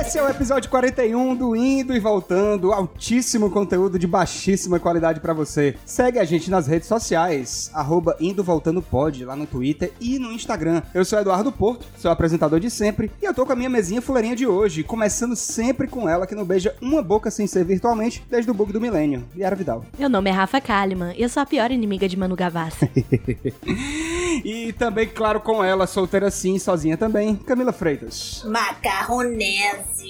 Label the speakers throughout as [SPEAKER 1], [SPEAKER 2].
[SPEAKER 1] Esse é o episódio 41 do Indo e Voltando, altíssimo conteúdo de baixíssima qualidade pra você. Segue a gente nas redes sociais, arroba Indo Voltando Pod, lá no Twitter e no Instagram. Eu sou Eduardo Porto, seu apresentador de sempre, e eu tô com a minha mesinha fuleirinha de hoje, começando sempre com ela, que não beija uma boca sem ser virtualmente, desde o bug do milênio, Yara Vidal.
[SPEAKER 2] Meu nome é Rafa Kalimann e eu sou a pior inimiga de Manu Gavassi.
[SPEAKER 1] E também, claro, com ela, solteira sim, sozinha também, Camila Freitas.
[SPEAKER 3] Macarronese.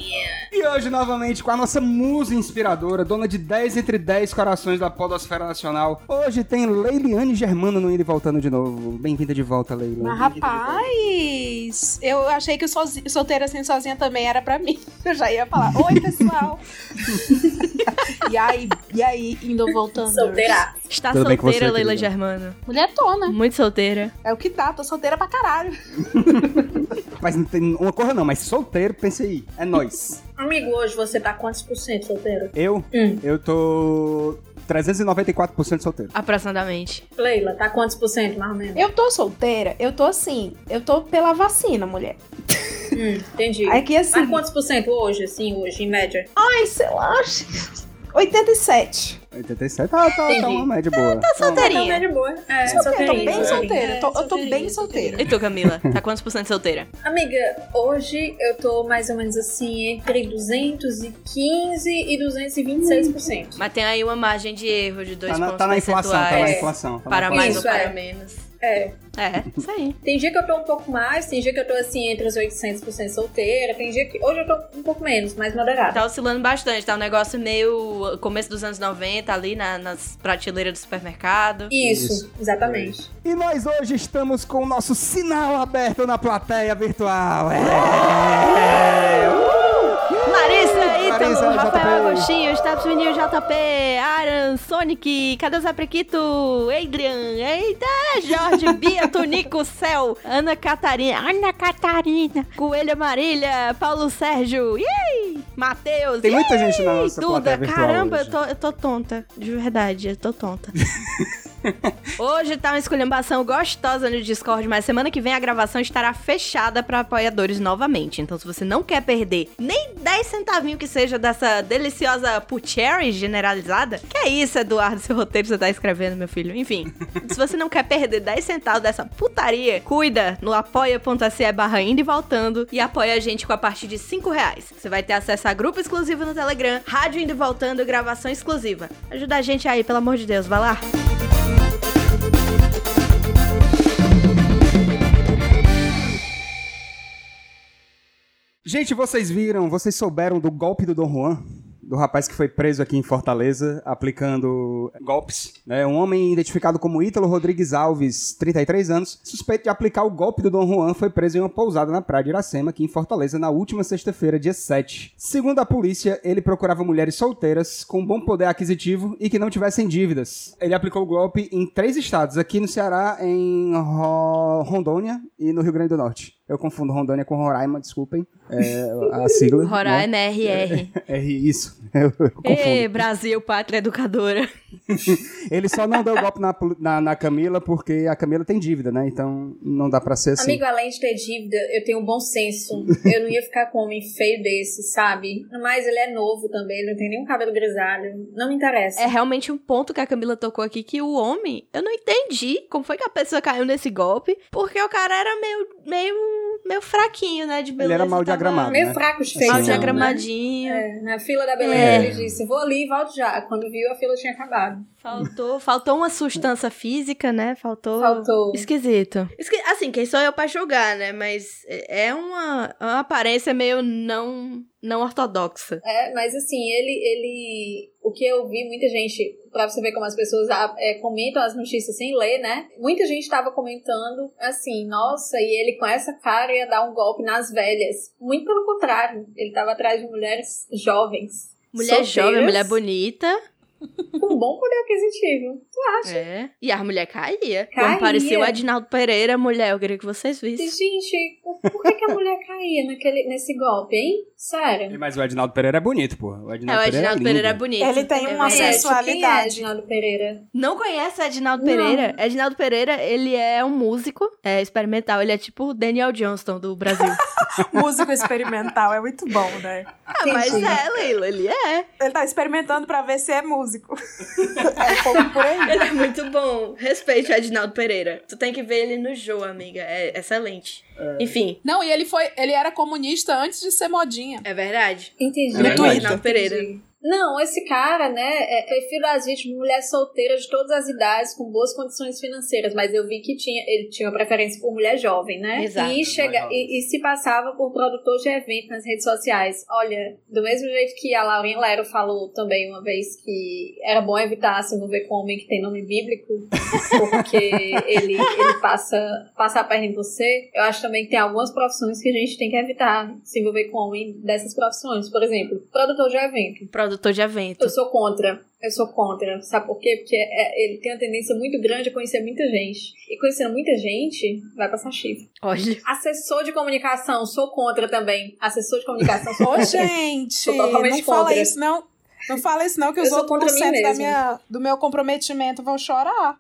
[SPEAKER 1] E hoje, novamente, com a nossa musa inspiradora, dona de 10 entre 10 corações da podosfera nacional. Hoje tem Leiliane Germano no Indo e Voltando de novo. Bem-vinda de volta, Leila.
[SPEAKER 3] Ah,
[SPEAKER 4] Mas, rapaz, eu achei que o sozi- solteira assim sozinha também era pra mim. Eu já ia falar, oi pessoal. e aí, e aí, indo voltando.
[SPEAKER 3] Solteira.
[SPEAKER 2] Está
[SPEAKER 1] Tudo bem com
[SPEAKER 2] solteira,
[SPEAKER 1] você,
[SPEAKER 2] Leila
[SPEAKER 1] querida?
[SPEAKER 2] Germana.
[SPEAKER 4] Mulher né? tona,
[SPEAKER 2] Muito solteira.
[SPEAKER 4] é o que dá, tô solteira pra caralho.
[SPEAKER 1] Mas não tem uma corra não, mas solteiro, pensei aí. É nóis.
[SPEAKER 3] Amigo, hoje você tá quantos por cento solteiro?
[SPEAKER 1] Eu?
[SPEAKER 3] Hum.
[SPEAKER 1] Eu tô 394% solteiro.
[SPEAKER 2] Aproximadamente.
[SPEAKER 3] Leila, tá quantos por cento, mais ou menos?
[SPEAKER 4] Eu tô solteira, eu tô assim, eu tô pela vacina, mulher.
[SPEAKER 3] Hum, entendi.
[SPEAKER 4] É que assim,
[SPEAKER 3] Tá quantos por cento hoje, assim, hoje, em média?
[SPEAKER 4] ai, sei lá, 87.
[SPEAKER 1] 87? Ah, tá, tá
[SPEAKER 3] Entendi.
[SPEAKER 1] uma média boa.
[SPEAKER 3] Tá
[SPEAKER 2] Solteirinha.
[SPEAKER 3] média boa. É,
[SPEAKER 4] Solteira, tô
[SPEAKER 3] solteirinha,
[SPEAKER 4] bem solteira,
[SPEAKER 3] É,
[SPEAKER 4] tô- eu tô bem solteira.
[SPEAKER 2] E tu, Camila? Tá quantos por cento solteira?
[SPEAKER 3] Amiga, hoje eu tô mais ou menos assim, entre 215 e 226%.
[SPEAKER 2] Mas tem aí uma margem de erro de dois
[SPEAKER 1] Tá
[SPEAKER 2] pontos
[SPEAKER 1] na, tá na inflação, tá na
[SPEAKER 2] percentuais.
[SPEAKER 1] inflação. tá na
[SPEAKER 2] Para mais ou
[SPEAKER 3] Isso,
[SPEAKER 2] para
[SPEAKER 3] é.
[SPEAKER 2] menos.
[SPEAKER 3] É.
[SPEAKER 2] É, isso aí.
[SPEAKER 3] Tem dia que eu tô um pouco mais, tem dia que eu tô assim, entre os 800% solteira, tem dia que. Hoje eu tô um pouco menos, mais moderada.
[SPEAKER 2] Tá oscilando bastante. Tá um negócio meio uh, começo dos anos 90, ali na- nas prateleiras do supermercado.
[SPEAKER 3] Isso, exatamente.
[SPEAKER 1] E nós hoje estamos com o nosso sinal aberto na plateia virtual. É!
[SPEAKER 3] Uh!
[SPEAKER 2] Larissa,
[SPEAKER 1] Larissa,
[SPEAKER 2] Ítalo, Rafael
[SPEAKER 1] JP.
[SPEAKER 2] Agostinho, Status Menino, JP, Aran, Sonic, cadê o Zé Prequito? Adrian, eita, Jorge, Bia, Tonico, Céu, Ana Catarina, Ana Catarina, Coelho Marília, Paulo Sérgio, yay, Matheus,
[SPEAKER 1] Tem
[SPEAKER 2] yay,
[SPEAKER 1] muita gente na nossa
[SPEAKER 2] Duda,
[SPEAKER 1] plateia virtual
[SPEAKER 2] caramba,
[SPEAKER 1] hoje.
[SPEAKER 2] eu tô, eu tô tonta, de verdade, eu tô tonta. Hoje tá uma esculhambação gostosa no Discord, mas semana que vem a gravação estará fechada para apoiadores novamente. Então, se você não quer perder nem 10 centavinhos que seja dessa deliciosa pucherry generalizada, que é isso, Eduardo, seu roteiro você tá escrevendo, meu filho. Enfim, se você não quer perder 10 centavos dessa putaria, cuida no apoia.se barra indo e voltando e apoia a gente com a partir de 5 reais. Você vai ter acesso a grupo exclusivo no Telegram, rádio indo e voltando e gravação exclusiva. Ajuda a gente aí, pelo amor de Deus, vai lá.
[SPEAKER 1] Gente, vocês viram, vocês souberam do golpe do Dom Juan? Do rapaz que foi preso aqui em Fortaleza, aplicando golpes. né? Um homem identificado como Ítalo Rodrigues Alves, 33 anos, suspeito de aplicar o golpe do Dom Juan, foi preso em uma pousada na Praia de Iracema, aqui em Fortaleza, na última sexta-feira, dia 7. Segundo a polícia, ele procurava mulheres solteiras, com bom poder aquisitivo e que não tivessem dívidas. Ele aplicou o golpe em três estados, aqui no Ceará, em Ro- Rondônia e no Rio Grande do Norte. Eu confundo Rondônia com Roraima, desculpem a sigla.
[SPEAKER 2] Roraima RR.
[SPEAKER 1] né? É isso. Eu confundo.
[SPEAKER 2] Ê, Brasil, pátria educadora.
[SPEAKER 1] Ele só não deu golpe na, na, na Camila porque a Camila tem dívida, né? Então não dá pra ser assim.
[SPEAKER 3] Amigo, além de ter dívida, eu tenho um bom senso. Eu não ia ficar com um homem feio desse, sabe? Mas ele é novo também, não tem nenhum cabelo grisalho. Não me interessa.
[SPEAKER 2] É realmente um ponto que a Camila tocou aqui que o homem, eu não entendi como foi que a pessoa caiu nesse golpe, porque o cara era meio meio meio fraquinho, né, de beleza.
[SPEAKER 1] era mal
[SPEAKER 2] tava
[SPEAKER 1] diagramado,
[SPEAKER 3] Meio
[SPEAKER 1] né?
[SPEAKER 3] fraco de
[SPEAKER 1] Assim,
[SPEAKER 3] feijão.
[SPEAKER 2] Mal
[SPEAKER 1] Sim,
[SPEAKER 2] diagramadinho.
[SPEAKER 3] né? É, na fila da beleza,
[SPEAKER 2] É.
[SPEAKER 3] ele disse: Vou ali e volto já. Quando viu, a fila tinha acabado.
[SPEAKER 2] Faltou, faltou uma substância física, né?
[SPEAKER 1] Uhum.
[SPEAKER 2] Faltou.
[SPEAKER 3] Faltou.
[SPEAKER 2] Esquisito. Esqui- Assim, quem sou eu pra julgar, né? Mas é é uma, uma aparência meio não não ortodoxa.
[SPEAKER 3] É, mas assim, ele, ele. O que eu vi, muita gente, pra você ver como as pessoas ah, é, comentam as notícias sem ler, né? Muita gente tava comentando assim, nossa, e ele com essa cara ia dar um golpe nas velhas. Muito pelo contrário, ele tava atrás de mulheres jovens.
[SPEAKER 2] Mulher
[SPEAKER 3] solteiras,
[SPEAKER 2] jovem, mulher bonita.
[SPEAKER 3] Com bom poder aquisitivo.
[SPEAKER 2] É. E a mulher caía. Como
[SPEAKER 3] Caía.
[SPEAKER 2] parecia o Edinaldo Pereira, mulher. Eu queria que vocês
[SPEAKER 3] E,
[SPEAKER 2] vissem.
[SPEAKER 3] gente, o Por que, que a mulher caía naquele, nesse golpe, hein? Sério.
[SPEAKER 1] Mas o Edinaldo Pereira é bonito, pô. O
[SPEAKER 2] É,
[SPEAKER 1] Edinaldo Pereira
[SPEAKER 2] o
[SPEAKER 1] é
[SPEAKER 2] Edinaldo
[SPEAKER 1] lindo.
[SPEAKER 2] Pereira é bonito.
[SPEAKER 4] Ele tem
[SPEAKER 2] É
[SPEAKER 4] uma
[SPEAKER 2] verdade.
[SPEAKER 3] Quem é? Quem é
[SPEAKER 4] sensualidade.
[SPEAKER 3] Edinaldo Pereira?
[SPEAKER 2] Não conhece Edinaldo
[SPEAKER 3] Não.
[SPEAKER 2] Pereira? Edinaldo Pereira, ele é um músico é, experimental. Ele é tipo o Daniel Johnston do Brasil.
[SPEAKER 4] Músico experimental, é muito bom, né?
[SPEAKER 2] ah, mas
[SPEAKER 3] Entendi.
[SPEAKER 2] é, Leila, ele é.
[SPEAKER 4] Ele tá experimentando pra ver se é músico. É um pouco por aí.
[SPEAKER 2] Ele é muito bom. Respeite o Edinaldo Pereira. Tu tem que ver ele no show, amiga. É excelente. Enfim,
[SPEAKER 4] Não, e ele foi. Ele era comunista antes de ser modinha.
[SPEAKER 2] é verdade.
[SPEAKER 3] Entendi.
[SPEAKER 1] É verdade.
[SPEAKER 2] Edinaldo Pereira.
[SPEAKER 3] Entendi. Não, esse cara, né, é perfil das vítimas, mulher solteira de todas as idades, com boas condições financeiras, mas eu vi que tinha, ele tinha uma preferência por mulher jovem, né?
[SPEAKER 2] Exato.
[SPEAKER 3] E, chega, e, e se passava por produtor de evento nas redes sociais. Olha, do mesmo jeito que a Laurinha Lero falou também uma vez que era bom evitar se envolver com um homem que tem nome bíblico, porque ele, ele passa, passa a perna em você. Eu acho também que tem algumas profissões que a gente tem que evitar se envolver com homem dessas profissões. Por exemplo, produtor de evento.
[SPEAKER 2] Produtor de evento.
[SPEAKER 3] Eu sou contra. Eu sou contra. Sabe por quê? Porque é- ele tem uma tendência muito grande a conhecer muita gente. E conhecendo muita gente, vai passar chifre.
[SPEAKER 2] Olha.
[SPEAKER 3] Assessor de comunicação, sou contra também. Assessor de comunicação, sou
[SPEAKER 4] Ô,
[SPEAKER 3] contra.
[SPEAKER 4] gente!
[SPEAKER 3] Sou totalmente
[SPEAKER 4] Não fala
[SPEAKER 3] contra.
[SPEAKER 4] isso, não. Não fala isso, não, que
[SPEAKER 3] Eu
[SPEAKER 4] os
[SPEAKER 3] sou
[SPEAKER 4] outros
[SPEAKER 3] contra mim
[SPEAKER 4] porcento da
[SPEAKER 3] mesma.
[SPEAKER 4] minha, do meu comprometimento vão chorar.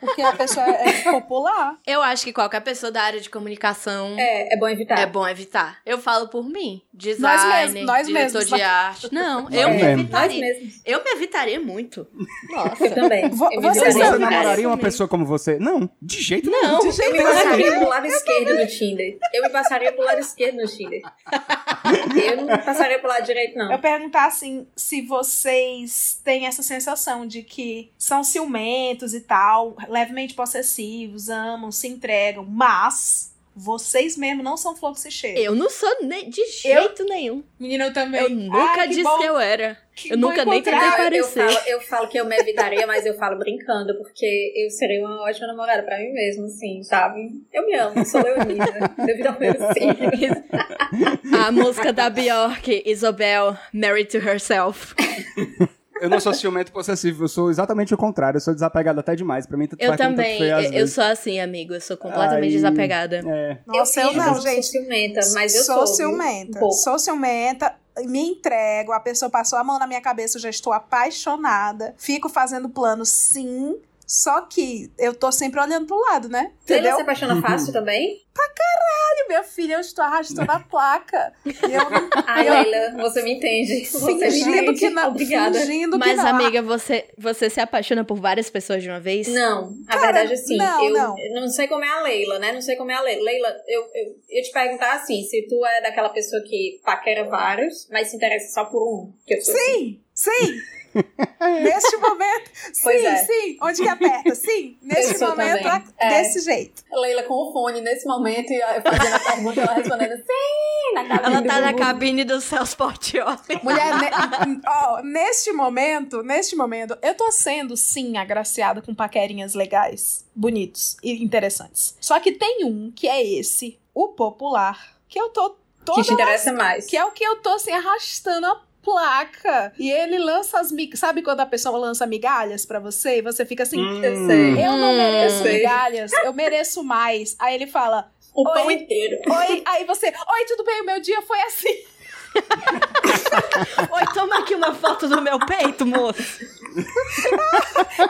[SPEAKER 4] Porque a pessoa é popular.
[SPEAKER 2] Eu acho que qualquer pessoa da área de comunicação
[SPEAKER 3] É, é bom evitar.
[SPEAKER 2] É bom evitar. Eu falo por mim.
[SPEAKER 4] mesmos,
[SPEAKER 2] Designer,
[SPEAKER 4] Tá. nós
[SPEAKER 2] diretor
[SPEAKER 4] mesmos.
[SPEAKER 2] de arte. Não,
[SPEAKER 1] Nós
[SPEAKER 2] eu me
[SPEAKER 1] mesmos.
[SPEAKER 3] Nós
[SPEAKER 2] evitaria.
[SPEAKER 3] mesmos.
[SPEAKER 2] Eu me evitaria muito.
[SPEAKER 3] Eu
[SPEAKER 2] Nossa.
[SPEAKER 3] também.
[SPEAKER 4] Vo-
[SPEAKER 3] Eu me
[SPEAKER 4] vocês
[SPEAKER 3] evitaria.
[SPEAKER 1] Você
[SPEAKER 4] Não,
[SPEAKER 1] namoraria uma
[SPEAKER 2] não.
[SPEAKER 1] pessoa como você? Não, de jeito nenhum. assim?
[SPEAKER 2] Não,
[SPEAKER 4] De jeito
[SPEAKER 3] Eu me
[SPEAKER 4] nenhum.
[SPEAKER 3] passaria pro lado esquerdo no Tinder. Eu me passaria pro lado esquerdo no Tinder. Eu não me passaria pro lado direito,
[SPEAKER 4] Eu
[SPEAKER 3] não.
[SPEAKER 4] perguntar assim se vocês têm essa sensação de que são ciumentos e tal, levemente possessivos, amam, se entregam, mas vocês mesmo não são flor que se cheira.
[SPEAKER 2] Eu não sou ne- de jeito nenhum.
[SPEAKER 4] Menina, eu também.
[SPEAKER 2] Eu nunca
[SPEAKER 4] Ai, que
[SPEAKER 2] disse
[SPEAKER 4] bom,
[SPEAKER 2] que eu era.
[SPEAKER 4] que
[SPEAKER 2] eu
[SPEAKER 4] bom
[SPEAKER 2] nunca nem
[SPEAKER 4] encontrar.
[SPEAKER 2] tentei
[SPEAKER 3] Ah, eu,
[SPEAKER 2] parecer.
[SPEAKER 3] falo, eu falo que eu me evitaria, mas eu falo brincando, porque eu seria uma ótima namorada pra mim mesma, assim, sabe? Eu me amo, sou leonina, devido ao meu signo.
[SPEAKER 2] A música da Bjork, Isobel, Married to Herself.
[SPEAKER 1] Eu não sou ciumento possessivo, eu sou exatamente o contrário. Eu sou desapegado até demais. Pra mim, tanto
[SPEAKER 2] Eu
[SPEAKER 1] faz como tanto
[SPEAKER 2] também.
[SPEAKER 1] fez, às
[SPEAKER 2] Eu, eu
[SPEAKER 1] vezes.
[SPEAKER 2] sou assim, amigo. Eu sou completamente
[SPEAKER 1] Ai.
[SPEAKER 2] desapegada.
[SPEAKER 1] É,
[SPEAKER 4] Nossa, eu,
[SPEAKER 3] finjo que
[SPEAKER 4] não,
[SPEAKER 3] sou
[SPEAKER 4] gente.
[SPEAKER 3] ciumenta, mas eu sou.
[SPEAKER 4] sou
[SPEAKER 3] viu?
[SPEAKER 4] ciumenta.
[SPEAKER 3] Um pouco.
[SPEAKER 4] sou ciumenta. Me entrego, a pessoa passou a mão na minha cabeça, eu já estou apaixonada. Fico fazendo planos, sim. Só que eu tô sempre olhando pro lado, né?
[SPEAKER 3] Você
[SPEAKER 4] Entendeu?
[SPEAKER 3] se apaixona fácil também?
[SPEAKER 4] Olha, minha filha, eu estou arrastando a placa. E eu não
[SPEAKER 3] Ai, Ah, Leila, você me entende. Você me
[SPEAKER 4] fingindo
[SPEAKER 3] entende.
[SPEAKER 4] que não.
[SPEAKER 3] Obrigada.
[SPEAKER 4] Fingindo que
[SPEAKER 2] Mas,
[SPEAKER 4] não.
[SPEAKER 2] amiga, você, você se apaixona por várias pessoas de uma vez?
[SPEAKER 3] Não, a
[SPEAKER 4] Cara,
[SPEAKER 3] verdade é assim,
[SPEAKER 4] não,
[SPEAKER 3] eu
[SPEAKER 4] não.
[SPEAKER 3] eu não sei como é a Leila, né? Não sei como é a Leila. Leila, eu, eu, eu te perguntar assim, se tu é daquela pessoa que paquera vários, mas se interessa só por um. Que eu sou assim.
[SPEAKER 4] Ah, Sim, sim. Neste momento,
[SPEAKER 3] Pois
[SPEAKER 4] sim,
[SPEAKER 3] é.
[SPEAKER 4] sim. Onde que aperta? Sim, neste
[SPEAKER 3] sou
[SPEAKER 4] momento,
[SPEAKER 3] também.
[SPEAKER 4] a-
[SPEAKER 3] É.
[SPEAKER 4] desse jeito.
[SPEAKER 3] Leila com o fone nesse momento e eu fazendo a pergunta, ela respondendo sim, na cabine
[SPEAKER 2] Ela tá
[SPEAKER 3] do
[SPEAKER 2] na
[SPEAKER 3] Google.
[SPEAKER 2] cabine do Celso Portioli.
[SPEAKER 4] Mulher, ne- ó, neste momento, neste momento, eu tô sendo, sim, agraciada com paquerinhas legais, bonitos e interessantes. Só que tem um que é esse, o popular, que eu tô
[SPEAKER 3] Que te
[SPEAKER 4] toda
[SPEAKER 3] interessa mais.
[SPEAKER 4] Que é o que eu tô assim, arrastando a placa. E ele lança as migalhas. Sabe quando a pessoa lança migalhas pra você e você fica assim.
[SPEAKER 3] Eu sei.
[SPEAKER 4] Eu não
[SPEAKER 2] Hum.
[SPEAKER 4] mereço
[SPEAKER 3] Sei.
[SPEAKER 4] migalhas, eu mereço mais. Aí ele fala,
[SPEAKER 3] O pão
[SPEAKER 4] Oi.
[SPEAKER 3] inteiro.
[SPEAKER 4] oi, aí você, oi, tudo bem, o meu dia foi assim.
[SPEAKER 2] Oi, toma aqui uma foto do meu peito, moço.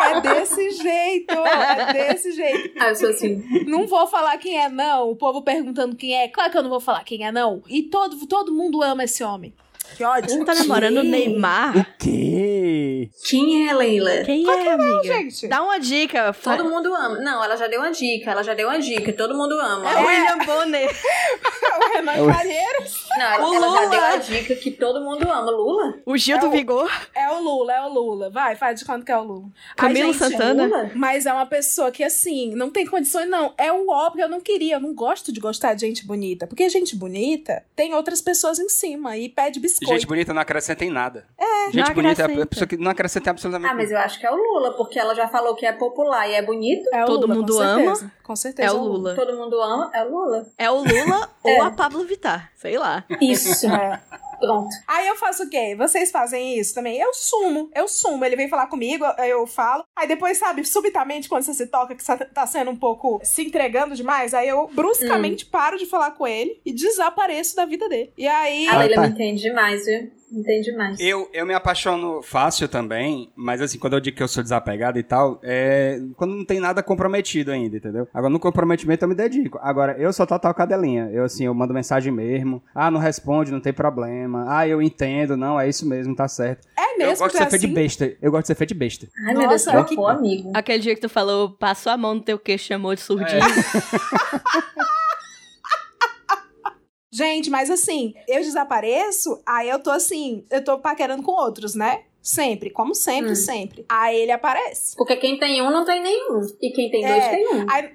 [SPEAKER 4] É desse jeito, é desse jeito.
[SPEAKER 3] Ah, eu sou assim.
[SPEAKER 4] Não vou falar quem é, não. O povo perguntando quem é, claro que eu não vou falar quem é, não. E todo, todo mundo ama esse homem. Que
[SPEAKER 2] Não
[SPEAKER 4] ódio.
[SPEAKER 2] tá namorando o Neymar?
[SPEAKER 1] o quê?
[SPEAKER 3] Quem é Leila?
[SPEAKER 2] Quem é, amiga?
[SPEAKER 4] Gente,
[SPEAKER 2] Dá uma dica. fa-
[SPEAKER 3] Todo mundo ama. Não, ela já deu uma dica, ela já deu uma dica, todo mundo ama.
[SPEAKER 2] É o William Bonner.
[SPEAKER 4] o Renan
[SPEAKER 1] Oi.
[SPEAKER 4] Calheiros
[SPEAKER 3] Não, ela,
[SPEAKER 2] O
[SPEAKER 3] ela já
[SPEAKER 2] Lula.
[SPEAKER 3] deu a dica que todo mundo ama. Lula?
[SPEAKER 2] O Gil
[SPEAKER 4] É
[SPEAKER 2] do
[SPEAKER 4] o-
[SPEAKER 2] Vigor.
[SPEAKER 4] é o Lula, é o Lula. Vai, faz de quanto que é o Lula. Ai,
[SPEAKER 2] Camilo
[SPEAKER 4] gente,
[SPEAKER 2] Santana.
[SPEAKER 3] Lula?
[SPEAKER 4] Mas é uma pessoa que, assim, não tem condições, não. É o óbvio, eu não queria, eu não gosto de gostar de gente bonita. Porque gente bonita tem outras pessoas em cima e pede biscoito.
[SPEAKER 1] Gente bonita não acrescenta em nada. É,
[SPEAKER 2] não
[SPEAKER 1] gente bonita é a
[SPEAKER 2] acrescenta.
[SPEAKER 1] pessoa que não acrescenta absolutamente
[SPEAKER 3] Ah, mas eu acho que é o Lula, porque ela já falou que é popular e é bonito.
[SPEAKER 4] É o
[SPEAKER 2] Todo
[SPEAKER 4] Lula,
[SPEAKER 2] mundo
[SPEAKER 4] com
[SPEAKER 2] ama.
[SPEAKER 4] certeza. Com certeza.
[SPEAKER 2] É o Lula.
[SPEAKER 3] Todo mundo ama, é o Lula.
[SPEAKER 2] É o Lula
[SPEAKER 3] É.
[SPEAKER 2] ou a Pablo Vittar. Sei lá.
[SPEAKER 3] Isso.
[SPEAKER 4] É.
[SPEAKER 3] Pronto.
[SPEAKER 4] Aí eu faço o quê? Vocês fazem isso também? Eu sumo, eu sumo. Ele vem falar comigo, eu- eu falo. Aí depois, sabe, subitamente, quando você se toca que você tá sendo um pouco se entregando demais, aí eu bruscamente
[SPEAKER 1] Hum.
[SPEAKER 4] paro de falar com ele e desapareço da vida dele. E aí.
[SPEAKER 3] A
[SPEAKER 1] Ah,
[SPEAKER 3] Leila
[SPEAKER 1] tá.
[SPEAKER 3] me entende demais, viu? Me entende demais.
[SPEAKER 1] Eu, eu me apaixono fácil também, mas assim, quando eu digo que eu sou desapegado e tal, é quando não tem nada comprometido ainda, entendeu? Agora, no comprometimento eu me dedico. Agora, eu sou total cadelinha. Eu, assim, eu mando mensagem mesmo. Ah, não responde, não tem problema. Ah, eu entendo, não, é isso mesmo, tá certo.
[SPEAKER 4] É
[SPEAKER 1] eu
[SPEAKER 4] mesmo
[SPEAKER 1] gosto
[SPEAKER 4] que
[SPEAKER 1] de
[SPEAKER 4] é
[SPEAKER 1] ser feito de
[SPEAKER 4] assim. É.
[SPEAKER 1] besta. Eu gosto de ser feito de besta.
[SPEAKER 3] Ai, meu Deus,
[SPEAKER 4] Nossa,
[SPEAKER 3] que
[SPEAKER 4] que-
[SPEAKER 3] horror, amigo.
[SPEAKER 2] Aquele dia que tu falou, passou a mão no teu queixo, chamou de surdinho.
[SPEAKER 4] Gente, mas assim, eu desapareço, aí eu tô assim, eu tô paquerando com outros, né? Sempre, como sempre,
[SPEAKER 3] Hum.
[SPEAKER 4] sempre. Aí ele aparece.
[SPEAKER 3] Porque quem tem um não tem nenhum. E quem tem dois
[SPEAKER 4] É.
[SPEAKER 3] tem um.
[SPEAKER 4] Aí,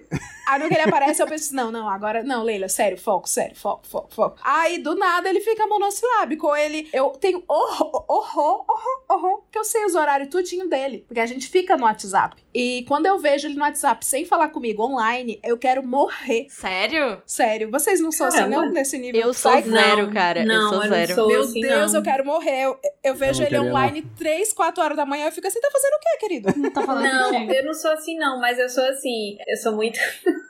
[SPEAKER 4] aí no que ele aparece, eu penso, não, não, agora, não, Leila, sério, foco, sério, foco, foco, foco. Aí, do nada, ele fica monossilábico, ou ele, eu tenho horror, horror, horror, horror, que eu sei os horários tudinho dele, porque a gente fica no WhatsApp. E quando eu vejo ele no WhatsApp sem falar comigo online, eu quero morrer.
[SPEAKER 2] É. Sério?
[SPEAKER 4] Sério, vocês não são assim,
[SPEAKER 3] Caramba.
[SPEAKER 4] não, nesse nível.
[SPEAKER 2] Eu sou
[SPEAKER 4] Sai
[SPEAKER 2] zero, cara. eu
[SPEAKER 3] não,
[SPEAKER 2] sou
[SPEAKER 3] eu não
[SPEAKER 2] zero.
[SPEAKER 3] sou.
[SPEAKER 4] Meu
[SPEAKER 3] assim,
[SPEAKER 4] Deus,
[SPEAKER 3] não.
[SPEAKER 4] eu quero morrer. Eu, eu vejo
[SPEAKER 1] não
[SPEAKER 4] ele
[SPEAKER 1] queria,
[SPEAKER 4] online 3, 4 horas da manhã. Eu fico assim, tá fazendo o quê, querido? Não tá
[SPEAKER 3] Não, eu não sou assim, não, mas eu sou assim. Eu sou muito.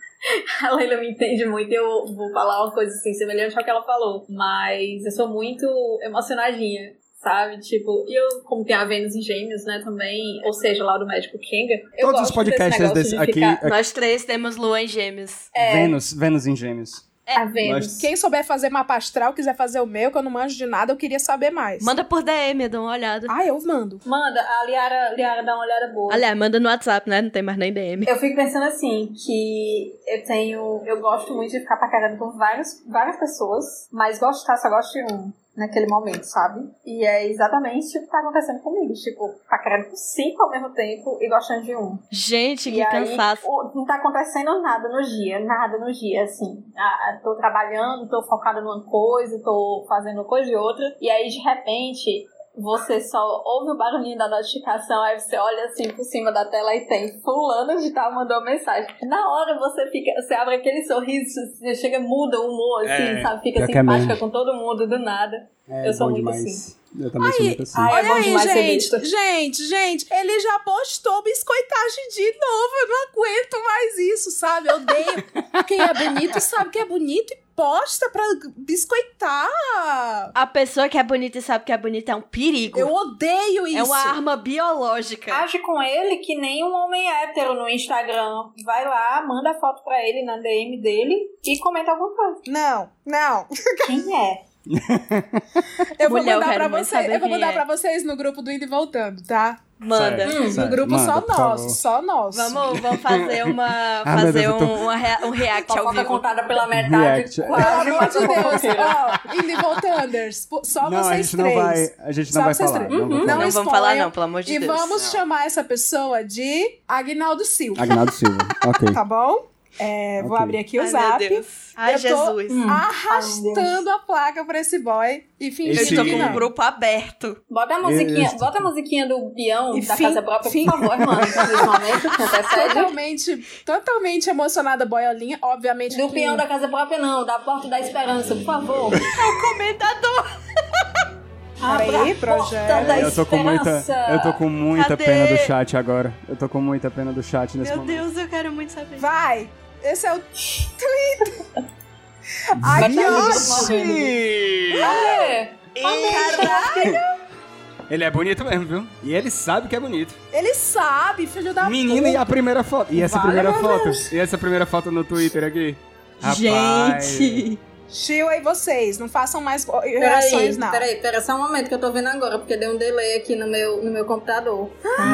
[SPEAKER 3] A Leila me entende muito, eu vou falar uma coisa assim, semelhante ao que ela falou. Mas eu sou muito emocionadinha, sabe? Tipo, e eu, como tem a Vênus em Gêmeos, né, também, ou seja, lá do médico Kenga, eu
[SPEAKER 1] Todos os
[SPEAKER 3] gosto desse
[SPEAKER 1] podcasts
[SPEAKER 3] negócio
[SPEAKER 1] desse-
[SPEAKER 3] de
[SPEAKER 1] aqui- é
[SPEAKER 3] ficar-
[SPEAKER 2] Nós três temos lua em gêmeos.
[SPEAKER 4] é.
[SPEAKER 1] Vênus, Vênus em gêmeos.
[SPEAKER 3] a Vênus.
[SPEAKER 4] Quem souber fazer mapa astral, quiser fazer o meu, que eu não manjo de nada, eu queria saber mais.
[SPEAKER 2] Manda por DM, eu dou uma olhada.
[SPEAKER 4] Ah, eu mando.
[SPEAKER 3] Manda, a Liara, Liara dá uma olhada boa.
[SPEAKER 2] Aliás, manda no WhatsApp, né? Não tem mais nem DM.
[SPEAKER 3] Eu fico pensando assim, que eu tenho. Eu gosto muito de ficar paquerando com várias, várias pessoas, mas gostar só gosto de um naquele momento, sabe? E é exatamente o que tá acontecendo comigo. Tipo, paquerando com cinco ao mesmo tempo e gostando de um.
[SPEAKER 2] Gente,
[SPEAKER 3] e
[SPEAKER 2] que cansaço.
[SPEAKER 3] o- não tá acontecendo nada no dia, nada no dia, assim. Ah, ah, tô trabalhando, tô focada numa coisa, tô fazendo uma coisa e outra. E aí, de repente. Você só ouve o barulhinho da notificação, aí você olha assim por cima da tela e tem fulano de tal mandou mensagem. Na hora você fica, você abre aquele sorriso, você chega, muda o humor, assim,
[SPEAKER 1] É,
[SPEAKER 3] sabe? Fica
[SPEAKER 1] pior que é mesmo.
[SPEAKER 3] simpática com todo mundo, do nada.
[SPEAKER 1] É,
[SPEAKER 3] Eu sou
[SPEAKER 1] bom
[SPEAKER 3] muito
[SPEAKER 1] demais. Eu também sou
[SPEAKER 4] Ai,
[SPEAKER 1] muito assim.
[SPEAKER 3] ai, É
[SPEAKER 4] Olha
[SPEAKER 3] bom
[SPEAKER 4] aí,
[SPEAKER 3] demais ser
[SPEAKER 4] gente.
[SPEAKER 2] tá?
[SPEAKER 3] besta.
[SPEAKER 4] Gente, gente, ele já postou biscoitagem de novo. Eu não aguento mais isso, sabe? Eu odeio. Quem é bonito sabe que é bonito e posta pra biscoitar.
[SPEAKER 2] A pessoa que é bonita e sabe que é bonita é um perigo.
[SPEAKER 4] Eu odeio isso.
[SPEAKER 2] é uma arma biológica.
[SPEAKER 3] Age com ele que nem um homem hétero no Instagram. Vai lá, manda a foto pra ele na DM dele e comenta alguma coisa.
[SPEAKER 4] Não, não.
[SPEAKER 3] Quem é?
[SPEAKER 4] Eu vou
[SPEAKER 2] Mulher, eu
[SPEAKER 4] mandar
[SPEAKER 2] quero
[SPEAKER 4] pra
[SPEAKER 2] muito
[SPEAKER 4] vocês.
[SPEAKER 2] saber
[SPEAKER 4] Eu vou
[SPEAKER 2] quem
[SPEAKER 4] mandar
[SPEAKER 2] é.
[SPEAKER 4] pra vocês no grupo do Indo e Voltando, tá?
[SPEAKER 2] Manda.
[SPEAKER 1] Sério,
[SPEAKER 3] Hum,
[SPEAKER 1] sério.
[SPEAKER 4] No grupo
[SPEAKER 1] Manda,
[SPEAKER 4] só
[SPEAKER 1] por
[SPEAKER 4] nosso,
[SPEAKER 1] favor.
[SPEAKER 4] só nosso.
[SPEAKER 2] Vamos, vamos fazer uma.
[SPEAKER 1] Ah, meu
[SPEAKER 2] fazer
[SPEAKER 1] Deus, eu
[SPEAKER 2] um,
[SPEAKER 1] tô-
[SPEAKER 2] uma rea- um react ao
[SPEAKER 3] Fofoca
[SPEAKER 2] vivo.
[SPEAKER 3] contada pela metade.
[SPEAKER 1] React.
[SPEAKER 4] Pelo
[SPEAKER 3] quase
[SPEAKER 4] amor
[SPEAKER 3] passou
[SPEAKER 4] de Deus,
[SPEAKER 3] fofoqueira.
[SPEAKER 4] ó, Indo e Voltanders, pô, só
[SPEAKER 1] não, a
[SPEAKER 4] vocês
[SPEAKER 1] gente
[SPEAKER 4] três.
[SPEAKER 1] não vai. A gente não
[SPEAKER 4] Só
[SPEAKER 1] vai
[SPEAKER 4] vocês
[SPEAKER 1] falar.
[SPEAKER 4] três.
[SPEAKER 1] Não vou
[SPEAKER 4] Uhum.
[SPEAKER 2] Não,
[SPEAKER 1] falar.
[SPEAKER 2] vamos
[SPEAKER 4] exponham.
[SPEAKER 2] falar, não, pelo amor de
[SPEAKER 4] E
[SPEAKER 2] Deus.
[SPEAKER 4] vamos chamar essa pessoa de Agnaldo Silva,
[SPEAKER 1] Agnaldo Silva. Ok.
[SPEAKER 4] tá bom? É, Vou
[SPEAKER 1] Ok.
[SPEAKER 4] abrir aqui o
[SPEAKER 2] Ai, meu
[SPEAKER 4] zap,
[SPEAKER 2] Deus. Ai,
[SPEAKER 4] Eu tô-
[SPEAKER 2] Jesus.
[SPEAKER 3] Hum.
[SPEAKER 4] arrastando a placa pra esse boy e fingindo
[SPEAKER 2] Eu
[SPEAKER 1] Esse-
[SPEAKER 2] estou
[SPEAKER 4] que
[SPEAKER 2] com
[SPEAKER 4] não.
[SPEAKER 2] um grupo aberto.
[SPEAKER 3] Bota a musiquinha,
[SPEAKER 1] Isso.
[SPEAKER 3] bota a musiquinha do peão
[SPEAKER 4] E
[SPEAKER 3] da
[SPEAKER 4] fim-
[SPEAKER 3] casa própria,
[SPEAKER 4] fim-
[SPEAKER 3] por favor, mano. Nesse momento, antecede.
[SPEAKER 4] Totalmente, totalmente emocionada boiolinha, obviamente
[SPEAKER 3] Do
[SPEAKER 4] que-
[SPEAKER 3] peão da casa própria, não, da porta da esperança, por favor.
[SPEAKER 2] Comentador.
[SPEAKER 3] Abra
[SPEAKER 4] Peraí,
[SPEAKER 3] a
[SPEAKER 4] projeto.
[SPEAKER 3] porta da
[SPEAKER 1] eu tô com muita,
[SPEAKER 3] esperança.
[SPEAKER 1] eu tô com muita
[SPEAKER 2] Cadê?
[SPEAKER 1] pena do chat agora. Eu tô com muita pena do chat nesse
[SPEAKER 2] Meu
[SPEAKER 1] momento.
[SPEAKER 2] Deus, eu quero muito saber.
[SPEAKER 4] Vai! Esse é o
[SPEAKER 3] Vai
[SPEAKER 4] Ai,
[SPEAKER 3] tá todo mundo morrendo.
[SPEAKER 1] Oxi!
[SPEAKER 3] Olha,
[SPEAKER 1] Ele é bonito mesmo, viu? E ele sabe que é bonito.
[SPEAKER 4] Ele sabe, filho da
[SPEAKER 1] Menina, e
[SPEAKER 4] puta.
[SPEAKER 1] a primeira foto? E essa
[SPEAKER 4] Tá Vale,
[SPEAKER 1] primeira
[SPEAKER 4] meu
[SPEAKER 1] foto? E essa primeira foto no Twitter aqui? Rapaz.
[SPEAKER 2] Gente.
[SPEAKER 4] Chill aí vocês, não façam mais
[SPEAKER 3] Peraí,
[SPEAKER 4] reações, não.
[SPEAKER 3] peraí, peraí, só um momento que eu tô vendo agora, porque deu um delay aqui no meu, no meu computador.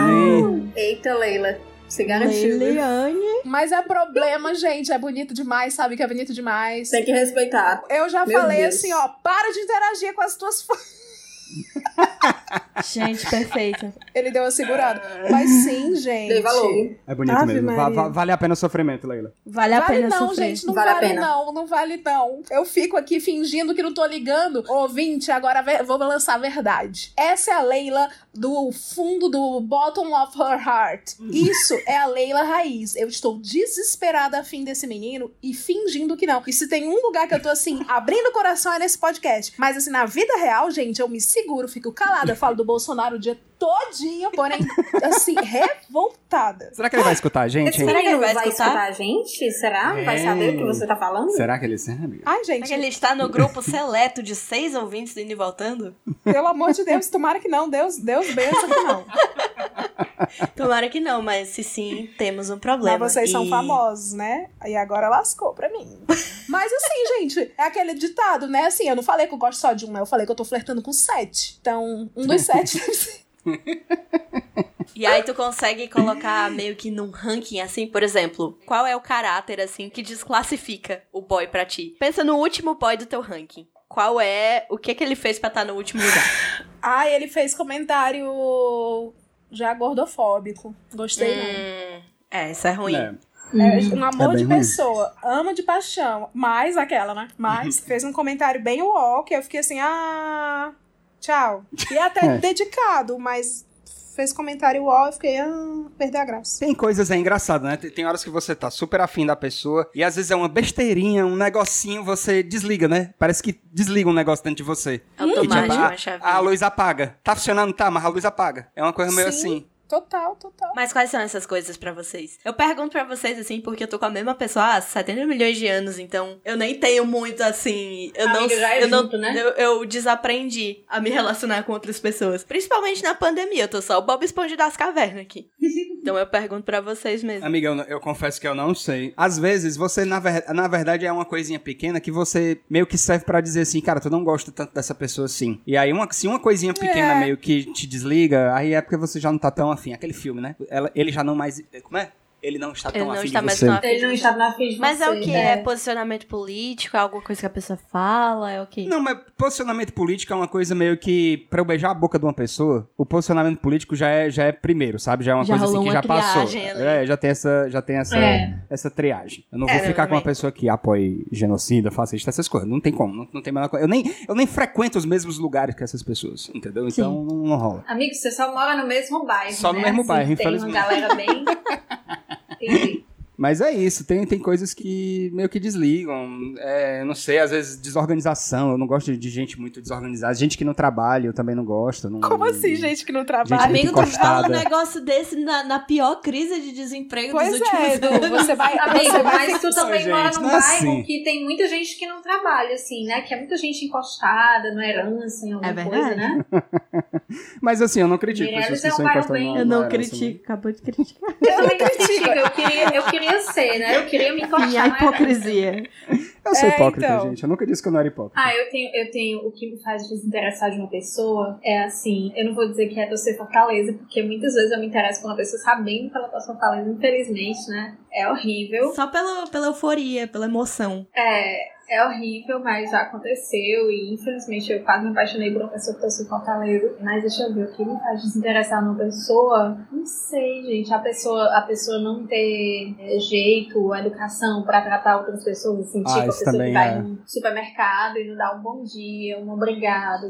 [SPEAKER 1] Nem-
[SPEAKER 3] Eita, Leila. Você garantiu. viu?
[SPEAKER 4] Mas é problema, gente, é bonito demais, sabe que é bonito demais.
[SPEAKER 3] Tem que respeitar.
[SPEAKER 4] Eu já
[SPEAKER 3] Meu
[SPEAKER 4] falei
[SPEAKER 3] Deus.
[SPEAKER 4] assim, ó, para de interagir com as tuas fãs.
[SPEAKER 2] Gente, perfeito.
[SPEAKER 4] Ele deu uma segurada. Mas sim, gente.
[SPEAKER 3] Dei valor.
[SPEAKER 1] É bonito
[SPEAKER 4] Ave
[SPEAKER 1] mesmo. Va-
[SPEAKER 4] Maria.
[SPEAKER 1] va- vale a pena o sofrimento, Leila.
[SPEAKER 2] Vale a
[SPEAKER 4] vale
[SPEAKER 2] pena
[SPEAKER 4] não,
[SPEAKER 2] sofrer.
[SPEAKER 4] gente, não
[SPEAKER 3] Vale
[SPEAKER 4] vale,
[SPEAKER 3] a pena.
[SPEAKER 4] não, não vale não. Eu fico aqui fingindo que não tô ligando. Ouvinte, agora ve- vou lançar a verdade. Essa é a Leila do fundo do bottom of her heart.
[SPEAKER 2] Hum.
[SPEAKER 4] Isso é a Leila raiz. Eu estou desesperada a fim desse menino e fingindo que não. E se tem um lugar que eu tô assim, abrindo o coração é nesse podcast. Mas assim, na vida real, gente, eu me seguro, fico calada, falo do Bolsonaro o dia todinho, porém, assim, revoltada.
[SPEAKER 1] Será que ele vai escutar a gente,
[SPEAKER 3] Esse
[SPEAKER 1] hein?
[SPEAKER 2] Será que
[SPEAKER 3] menino
[SPEAKER 2] ele vai
[SPEAKER 3] vai
[SPEAKER 2] escutar?
[SPEAKER 3] escutar a gente? Será? Vai
[SPEAKER 1] É.
[SPEAKER 3] saber o que você tá falando?
[SPEAKER 1] Será que ele sabe?
[SPEAKER 4] Ai,
[SPEAKER 2] Será
[SPEAKER 4] gente,
[SPEAKER 2] que ele está no grupo seleto de seis ouvintes do Indo e Voltando?
[SPEAKER 4] Pelo amor de Deus, tomara que não. Deus, Deus bença que não.
[SPEAKER 2] Tomara que não, mas se sim, temos um problema.
[SPEAKER 4] Mas vocês são
[SPEAKER 2] E-
[SPEAKER 4] famosos, né? E agora lascou pra mim. Mas assim, gente, é aquele ditado, né? Assim, eu não falei que eu gosto só de um, né? Eu falei que eu tô flertando com sete. Então, um dos sete deve ser.
[SPEAKER 2] E aí tu consegue colocar meio que num ranking, assim, por exemplo, qual é o caráter, assim, que desclassifica o boy pra ti? Pensa no último boy do teu ranking. Qual é, o que que ele fez pra estar no último lugar?
[SPEAKER 4] Ah, ele fez comentário já gordofóbico. Gostei, não.
[SPEAKER 2] Hum, é, isso é ruim.
[SPEAKER 1] É.
[SPEAKER 4] É, um amor
[SPEAKER 1] É
[SPEAKER 4] de
[SPEAKER 1] bem ruim.
[SPEAKER 4] pessoa, amo de paixão, mas aquela, né? Mas fez um comentário bem uol, que eu fiquei assim, ah, tchau. E até
[SPEAKER 1] É.
[SPEAKER 4] dedicado, mas fez comentário uol, eu fiquei, ah, perdeu a graça.
[SPEAKER 1] Tem coisas, é engraçado, né? Tem tem horas que você tá super afim da pessoa e às vezes é uma besteirinha, um negocinho, você desliga, né? Parece que desliga um negócio dentro de você.
[SPEAKER 2] Automático,
[SPEAKER 1] Hum.
[SPEAKER 2] uma chavinha.
[SPEAKER 1] A luz apaga. Tá funcionando? Tá, mas a luz apaga. É uma coisa meio
[SPEAKER 4] Sim.
[SPEAKER 1] assim.
[SPEAKER 4] Total, total.
[SPEAKER 2] Mas quais são essas coisas pra vocês? Eu pergunto pra vocês assim, porque eu tô com a mesma pessoa há 70 milhões de anos, então eu nem tenho muito assim, eu não,
[SPEAKER 3] Amiga, já é
[SPEAKER 2] eu não,
[SPEAKER 3] junto, né?
[SPEAKER 2] eu, eu desaprendi a me relacionar com outras pessoas, principalmente na pandemia, eu tô só o Bob Esponja das cavernas aqui. então eu pergunto pra vocês mesmo.
[SPEAKER 1] Amiga, eu, eu confesso que eu não sei. Às vezes, você, na, ver- na verdade, é uma coisinha pequena que você meio que serve pra dizer assim, cara, tu não gosta tanto dessa pessoa assim. E aí, uma, se uma coisinha pequena
[SPEAKER 4] É.
[SPEAKER 1] meio que te desliga, aí é porque você já não tá tão afim. Aquele filme, né? Ela- ele já não mais. Como é? Ele não está tão
[SPEAKER 2] Ele não
[SPEAKER 1] afim
[SPEAKER 2] está
[SPEAKER 1] de
[SPEAKER 2] mais
[SPEAKER 1] você.
[SPEAKER 2] tão afim
[SPEAKER 3] Ele não
[SPEAKER 2] de
[SPEAKER 3] está na frente de
[SPEAKER 2] Mas é o
[SPEAKER 3] você,
[SPEAKER 2] que?
[SPEAKER 3] né?
[SPEAKER 2] É posicionamento político? É alguma coisa que a pessoa fala? É o quê?
[SPEAKER 1] Não, mas posicionamento político é uma coisa meio que. Pra eu beijar a boca de uma pessoa, o posicionamento político já é, já é primeiro, sabe? Já é uma
[SPEAKER 2] Já
[SPEAKER 1] coisa assim
[SPEAKER 2] rolou
[SPEAKER 1] que
[SPEAKER 2] uma
[SPEAKER 1] já passou.
[SPEAKER 2] triagem ali.
[SPEAKER 1] É, já tem essa, já tem essa,
[SPEAKER 3] É.
[SPEAKER 1] essa triagem. Eu não
[SPEAKER 2] É,
[SPEAKER 1] vou ficar com uma
[SPEAKER 2] normalmente.
[SPEAKER 1] pessoa que apoie genocida, fascista, essas coisas. Não tem como, não, não tem a menor coisa. Eu nem, eu nem frequento os mesmos lugares que essas pessoas, entendeu? Então não, não rola.
[SPEAKER 3] Amigo, você só mora no mesmo bairro.
[SPEAKER 1] Só no
[SPEAKER 3] né?
[SPEAKER 1] mesmo
[SPEAKER 3] Assim,
[SPEAKER 1] bairro,
[SPEAKER 3] Tem uma
[SPEAKER 1] infelizmente.
[SPEAKER 3] galera bem. Entendi.
[SPEAKER 1] Mas é isso, tem, tem coisas que meio que desligam. É, eu não sei, às vezes desorganização. Eu não gosto de gente muito desorganizada. Gente que não trabalha, eu também não gosto. não-
[SPEAKER 4] Como assim, gente que não trabalha?
[SPEAKER 1] Hum. Gente,
[SPEAKER 2] Amigo,
[SPEAKER 1] muito
[SPEAKER 2] tu fala um
[SPEAKER 1] encostada.
[SPEAKER 2] negócio desse na, na pior crise de desemprego
[SPEAKER 4] Pois
[SPEAKER 2] dos últimos
[SPEAKER 4] é,
[SPEAKER 2] anos.
[SPEAKER 4] Edu, você vai. você
[SPEAKER 3] Amigo,
[SPEAKER 4] vai
[SPEAKER 3] mas tu também
[SPEAKER 1] é gente,
[SPEAKER 3] mora num
[SPEAKER 1] não é
[SPEAKER 3] bairro
[SPEAKER 1] assim.
[SPEAKER 3] que tem muita gente que não trabalha, assim, né? Que é muita gente encostada, não herança, em alguma
[SPEAKER 2] É verdade.
[SPEAKER 3] coisa, né?
[SPEAKER 1] Mas assim, eu não critico pessoas
[SPEAKER 3] Meirelles
[SPEAKER 1] que
[SPEAKER 3] é um
[SPEAKER 1] são
[SPEAKER 3] cara
[SPEAKER 1] encostadas
[SPEAKER 3] bem-
[SPEAKER 1] na- assim.
[SPEAKER 2] Eu
[SPEAKER 1] na
[SPEAKER 2] não
[SPEAKER 1] herança,
[SPEAKER 2] critico, acabou de criticar.
[SPEAKER 3] Eu também critico, eu queria, eu queria ser, né? Eu queria me encostar.
[SPEAKER 2] E a
[SPEAKER 3] na herança.
[SPEAKER 2] hipocrisia.
[SPEAKER 1] né? Eu sou
[SPEAKER 4] É,
[SPEAKER 1] hipócrita,
[SPEAKER 4] então.
[SPEAKER 1] gente. Eu nunca disse que eu não era hipócrita.
[SPEAKER 3] Ah, eu tenho, eu tenho. O que me faz desinteressar de uma pessoa é assim. Eu não vou dizer que é torcer Fortaleza, porque muitas vezes eu me interesso por uma pessoa sabendo que ela torce Fortaleza, infelizmente, né? É horrível.
[SPEAKER 2] Só pela, pela euforia, pela emoção.
[SPEAKER 3] É. É horrível, mas já aconteceu e infelizmente eu quase me apaixonei por uma pessoa que torce Fortaleza. Mas deixa eu ver o que me faz desinteressar numa pessoa. Não sei, gente. A pessoa, a pessoa não ter é, jeito, educação pra tratar outras pessoas, assim,
[SPEAKER 1] Ah,
[SPEAKER 3] tipo a
[SPEAKER 1] isso
[SPEAKER 3] pessoa que
[SPEAKER 1] também
[SPEAKER 3] vai
[SPEAKER 1] é.
[SPEAKER 3] no supermercado e não dá um bom dia, um obrigado,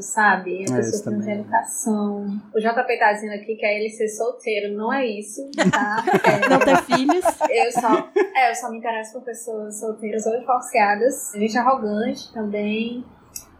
[SPEAKER 1] É,
[SPEAKER 3] sabe? A pessoa
[SPEAKER 1] isso
[SPEAKER 3] que não tem
[SPEAKER 1] também é.
[SPEAKER 3] educação. O JP tá dizendo aqui que é ele ser solteiro. Não é isso, tá? É,
[SPEAKER 2] Não ter filhos.
[SPEAKER 3] eu só, é, eu só me interesso por pessoas solteiras ou divorciadas. Gente arrogante também.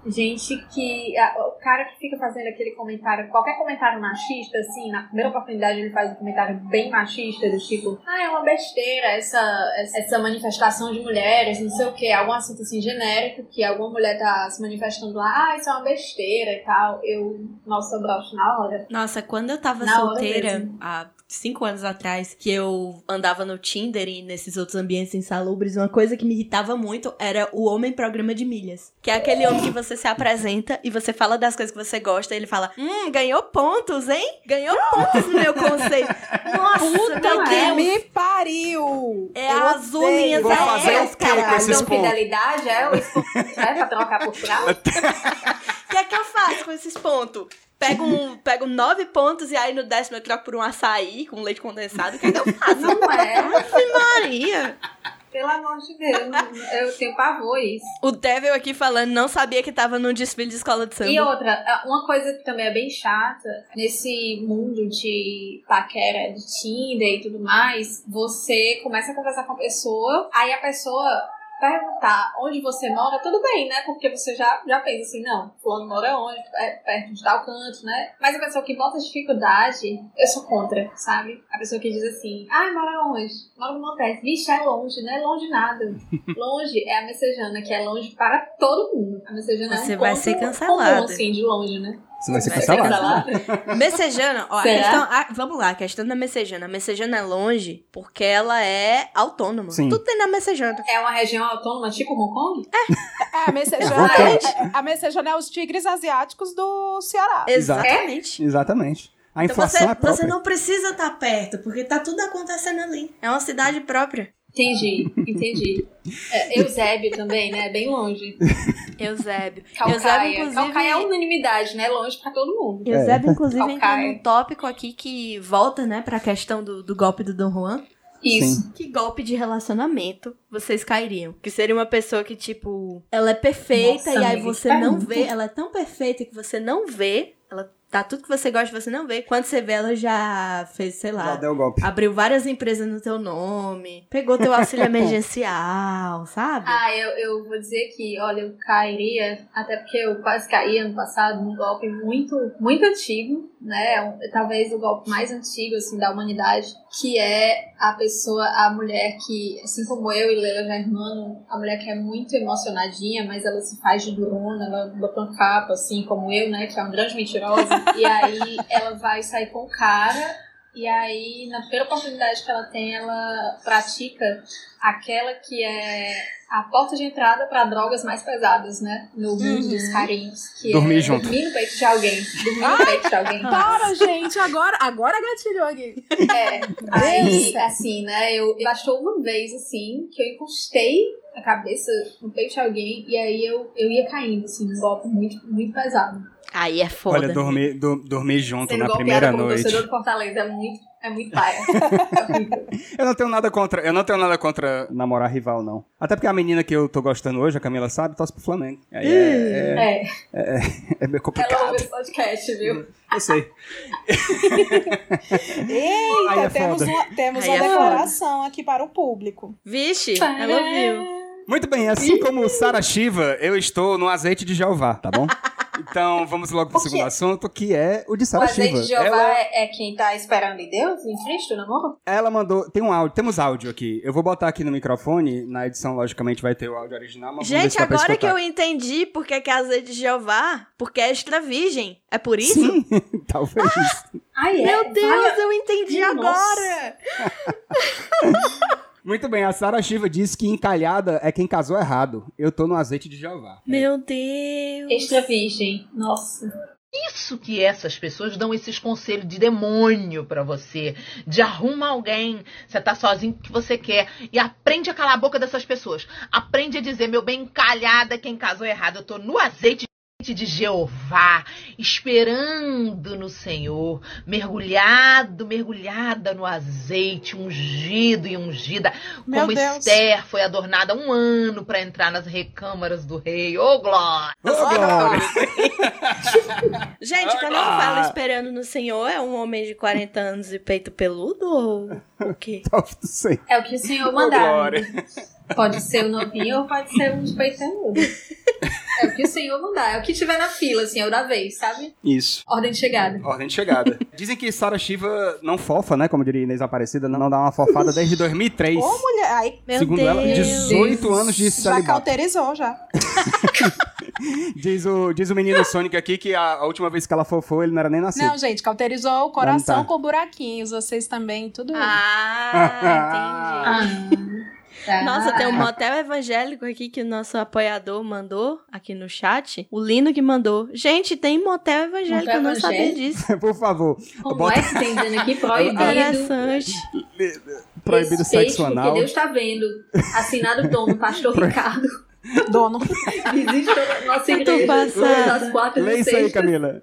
[SPEAKER 3] Gente que. a- o cara que fica fazendo aquele comentário, qualquer comentário machista, assim, na primeira oportunidade ele faz um comentário bem machista, do tipo, ah, é uma besteira essa, essa manifestação de mulheres, não sei o quê, algum assunto assim genérico, que alguma mulher tá se manifestando lá, ah, isso é uma besteira e tal. Eu, nossa, eu broxo na hora.
[SPEAKER 2] Nossa, quando eu tava
[SPEAKER 3] Na hora
[SPEAKER 2] solteira,
[SPEAKER 3] mesmo.
[SPEAKER 2] há cinco anos atrás, que eu andava no Tinder e nesses outros ambientes insalubres, uma coisa que me irritava muito era o homem programa de milhas. Que é aquele homem que você se apresenta e você fala das coisas que você gosta, e ele fala: Hum, ganhou pontos, hein? Ganhou pontos no meu conceito. Nossa, é? meu
[SPEAKER 3] que
[SPEAKER 4] é Que
[SPEAKER 2] Deus.
[SPEAKER 4] me pariu!
[SPEAKER 2] É
[SPEAKER 4] Eu
[SPEAKER 2] as
[SPEAKER 4] odeio.
[SPEAKER 2] unhas
[SPEAKER 1] Vou
[SPEAKER 2] a
[SPEAKER 1] fazer
[SPEAKER 2] elas,
[SPEAKER 1] o quê com
[SPEAKER 2] caralho.
[SPEAKER 1] esses
[SPEAKER 3] Então, fidelidade é o esforço, né? Pra trocar por fraude.
[SPEAKER 2] O que é que eu faço com esses pontos? Pego, um, pego nove pontos e aí no décimo eu troco por um açaí com leite condensado, que ainda eu faço.
[SPEAKER 3] Não é.
[SPEAKER 2] Maria!
[SPEAKER 3] Pelo amor de Deus. Eu tenho pavor a isso.
[SPEAKER 2] O Devil aqui falando, não sabia que tava num desfile de escola de samba.
[SPEAKER 3] E outra, a- uma coisa que também é bem chata, nesse mundo de paquera, de Tinder e tudo mais, você começa a conversar com a pessoa, aí a pessoa perguntar onde você mora, tudo bem, né? Porque você já, já pensa assim, não, fulano mora onde, é perto de tal canto, né? Mas a pessoa que bota dificuldade, eu sou contra, sabe? A pessoa que diz assim, ah, mora onde? Mora no Montes. Vixe, é longe, não é longe nada. Longe é a messejana, que é longe para todo mundo. A messejana
[SPEAKER 2] Você
[SPEAKER 3] é um
[SPEAKER 2] vai
[SPEAKER 3] ponto
[SPEAKER 2] ser cancelada.
[SPEAKER 3] comum, assim, de longe, né?
[SPEAKER 1] Você vai ser
[SPEAKER 2] Vai ser
[SPEAKER 1] cancelado.
[SPEAKER 2] Messejana, ó, a
[SPEAKER 3] Será?
[SPEAKER 2] questão, ah, vamos lá, a questão da Messejana. A Messejana é longe porque ela é autônoma.
[SPEAKER 1] Sim.
[SPEAKER 2] Tudo tem na Messejana.
[SPEAKER 3] É uma região autônoma tipo Hong Kong?
[SPEAKER 4] É, a Messejana é, é- a Messejana é os tigres asiáticos do Ceará.
[SPEAKER 1] Exato.
[SPEAKER 2] Exatamente.
[SPEAKER 1] Exatamente. A
[SPEAKER 2] Então
[SPEAKER 1] inflação
[SPEAKER 2] você,
[SPEAKER 1] é própria.
[SPEAKER 2] você não precisa estar perto, porque tá tudo acontecendo ali. É uma cidade própria.
[SPEAKER 3] Entendi, entendi. É, Eusébio também, né? Bem longe.
[SPEAKER 2] Eusébio. Eusébio,
[SPEAKER 3] Calcaia.
[SPEAKER 2] inclusive-
[SPEAKER 3] Calcaia é unanimidade, né? Longe pra todo mundo.
[SPEAKER 1] É.
[SPEAKER 2] Eusébio, inclusive, entra
[SPEAKER 3] Calcaia.
[SPEAKER 2] num tópico aqui que volta, né, pra questão do, do golpe do Dom Juan.
[SPEAKER 3] Isso.
[SPEAKER 2] Que golpe de relacionamento vocês cairiam? Que seria uma pessoa que, tipo, ela é perfeita
[SPEAKER 3] Nossa,
[SPEAKER 2] e aí
[SPEAKER 3] amiga,
[SPEAKER 2] você
[SPEAKER 3] tá
[SPEAKER 2] não
[SPEAKER 3] muito.
[SPEAKER 2] vê. Ela é tão perfeita que você não vê. Ela tá tudo que você gosta, você não vê. Quando você vê, ela já fez, sei
[SPEAKER 1] Já
[SPEAKER 2] lá.
[SPEAKER 1] deu golpe.
[SPEAKER 2] Abriu várias empresas no teu nome, pegou teu auxílio emergencial, sabe?
[SPEAKER 3] Ah, eu, eu vou dizer que, olha, eu cairia, até porque eu quase caí ano passado num golpe muito, muito antigo, né? Um- Talvez o golpe mais antigo, assim, da humanidade, que é a pessoa, a mulher que, assim como eu e Leila Germano, a mulher que é muito emocionadinha, mas ela se faz de durona, ela bota uma capa, assim, como eu, né? Que é uma grande mentirosa. e aí ela vai sair com o cara... E aí, na primeira oportunidade que ela tem, ela pratica aquela que é a porta de entrada para drogas mais pesadas, né? No mundo
[SPEAKER 2] Uhum.
[SPEAKER 3] dos carinhos. Que
[SPEAKER 1] Dormir
[SPEAKER 3] é
[SPEAKER 1] junto.
[SPEAKER 3] Dormir no peito de alguém. Dormir no peito de alguém.
[SPEAKER 4] Para, gente, agora, agora gatilhou aqui.
[SPEAKER 3] É. Aí, assim, né? Eu bastou uma vez, assim, que eu encostei a cabeça no peito de alguém e aí eu, eu ia caindo, assim, num golpe muito, muito pesado.
[SPEAKER 2] Aí é foda.
[SPEAKER 1] Olha, dormir, do- dormir junto
[SPEAKER 3] Sendo
[SPEAKER 1] na
[SPEAKER 3] golpeada
[SPEAKER 1] primeira
[SPEAKER 3] como
[SPEAKER 1] noite.
[SPEAKER 3] torcedor do Fortaleza é muito, é muito paia. É horrível.
[SPEAKER 1] Eu não tenho nada contra, eu não tenho nada contra namorar rival, não. Até porque a menina que eu tô gostando hoje, a Camila sabe, torce pro Flamengo. Aí é, é,
[SPEAKER 3] é.
[SPEAKER 1] é meio
[SPEAKER 3] Ela
[SPEAKER 1] complicado.
[SPEAKER 3] ouve esse podcast, viu?
[SPEAKER 1] Eu sei. Aí
[SPEAKER 4] Eita,
[SPEAKER 1] é
[SPEAKER 4] temos
[SPEAKER 1] foda.
[SPEAKER 4] uma, temos
[SPEAKER 2] Aí
[SPEAKER 4] uma
[SPEAKER 2] é
[SPEAKER 4] declaração aqui para o público.
[SPEAKER 2] Vixe, ela viu.
[SPEAKER 1] Muito bem, assim como Sara Shiva, eu estou no azeite de Jeová, tá bom? Então vamos logo pro
[SPEAKER 3] O quê?
[SPEAKER 1] segundo assunto, que é o de
[SPEAKER 3] O
[SPEAKER 1] Sara
[SPEAKER 3] azeite
[SPEAKER 1] Shiva.
[SPEAKER 3] de Jeová
[SPEAKER 1] Ela,
[SPEAKER 3] é, é quem tá esperando em Deus, em Cristo, no amor?
[SPEAKER 1] ela mandou. Tem um áudio, temos áudio aqui. Eu vou botar aqui no microfone, na edição, logicamente, vai ter o áudio original, mas vamos ver se
[SPEAKER 2] Gente,
[SPEAKER 1] dá pra
[SPEAKER 2] agora que
[SPEAKER 1] escutar.
[SPEAKER 2] eu entendi porque é que é azeite de Jeová, porque é extra virgem. É por isso?
[SPEAKER 1] Sim, talvez.
[SPEAKER 2] Ah!
[SPEAKER 3] Ai, é.
[SPEAKER 2] Meu Deus, eu entendi
[SPEAKER 3] Nossa.
[SPEAKER 2] agora.
[SPEAKER 1] Muito bem, a Sara Shiva disse que encalhada é quem casou errado. Eu tô no azeite de Jeová.
[SPEAKER 2] Meu Deus.
[SPEAKER 3] Extra virgem. Nossa.
[SPEAKER 5] isso que essas pessoas dão esses conselhos de demônio pra você, de arruma alguém, você tá sozinho que você quer e aprende a calar a boca dessas pessoas. Aprende a dizer, meu bem, calhada quem casou errado, eu tô no azeite de Jeová, esperando no Senhor, mergulhado, mergulhada no azeite, ungido e ungida,
[SPEAKER 4] Meu
[SPEAKER 5] como
[SPEAKER 4] Deus.
[SPEAKER 5] Esther foi adornada um ano pra entrar nas recâmaras do rei. Ô, glória!
[SPEAKER 1] Ô, Glória!
[SPEAKER 2] Gente, quando eu
[SPEAKER 1] Ah.
[SPEAKER 2] falo esperando no Senhor, é um homem de 40 anos e peito peludo ou o quê?
[SPEAKER 1] Não sei.
[SPEAKER 3] É o que o Senhor
[SPEAKER 1] Ô,
[SPEAKER 3] mandar.
[SPEAKER 1] glória.
[SPEAKER 3] amiga. Pode ser o novinho ou pode ser um de peito peludo. É o que o Senhor mandar. É o que tiver na fila, assim, é o da vez, sabe?
[SPEAKER 1] Isso.
[SPEAKER 3] Ordem de chegada.
[SPEAKER 1] Ordem de chegada. Dizem que Sara Shiva não fofa, né? Como diria Inês Aparecida, não dá uma fofada desde 2003.
[SPEAKER 4] Ô, mulher. Ai,
[SPEAKER 2] Meu
[SPEAKER 1] Segundo
[SPEAKER 2] Deus.
[SPEAKER 1] ela, 18 anos de
[SPEAKER 4] já
[SPEAKER 1] celibato.
[SPEAKER 4] cauterizou já.
[SPEAKER 1] Diz o, diz o menino Sonic aqui que a, a última vez que ela fofou, ele não era nem nascido.
[SPEAKER 4] Não, gente, cauterizou o coração
[SPEAKER 1] Não tá.
[SPEAKER 4] com buraquinhos, vocês também, tudo.
[SPEAKER 2] Ah, entendi.
[SPEAKER 3] Ah, tá.
[SPEAKER 2] Nossa, tem um motel evangélico aqui que o nosso apoiador mandou aqui no chat. O Lino que mandou. Gente, tem motel evangélico,
[SPEAKER 3] Motel
[SPEAKER 2] eu não sabia
[SPEAKER 3] evangélico?
[SPEAKER 2] disso.
[SPEAKER 1] Por favor,
[SPEAKER 3] Como
[SPEAKER 1] bota-
[SPEAKER 3] é que tem dizendo aqui? Proibido.
[SPEAKER 2] Interessante.
[SPEAKER 1] é proibido
[SPEAKER 3] Respeite,
[SPEAKER 1] sexo anal.
[SPEAKER 3] Porque
[SPEAKER 2] é
[SPEAKER 3] Deus tá vendo. Assinado dono, pastor Ricardo.
[SPEAKER 4] Dono.
[SPEAKER 3] Visite toda a nossa
[SPEAKER 2] Eu tô
[SPEAKER 3] igreja.
[SPEAKER 2] passada.
[SPEAKER 3] todas as quatro e
[SPEAKER 1] Lê isso aí,
[SPEAKER 3] sextas.
[SPEAKER 1] Camila.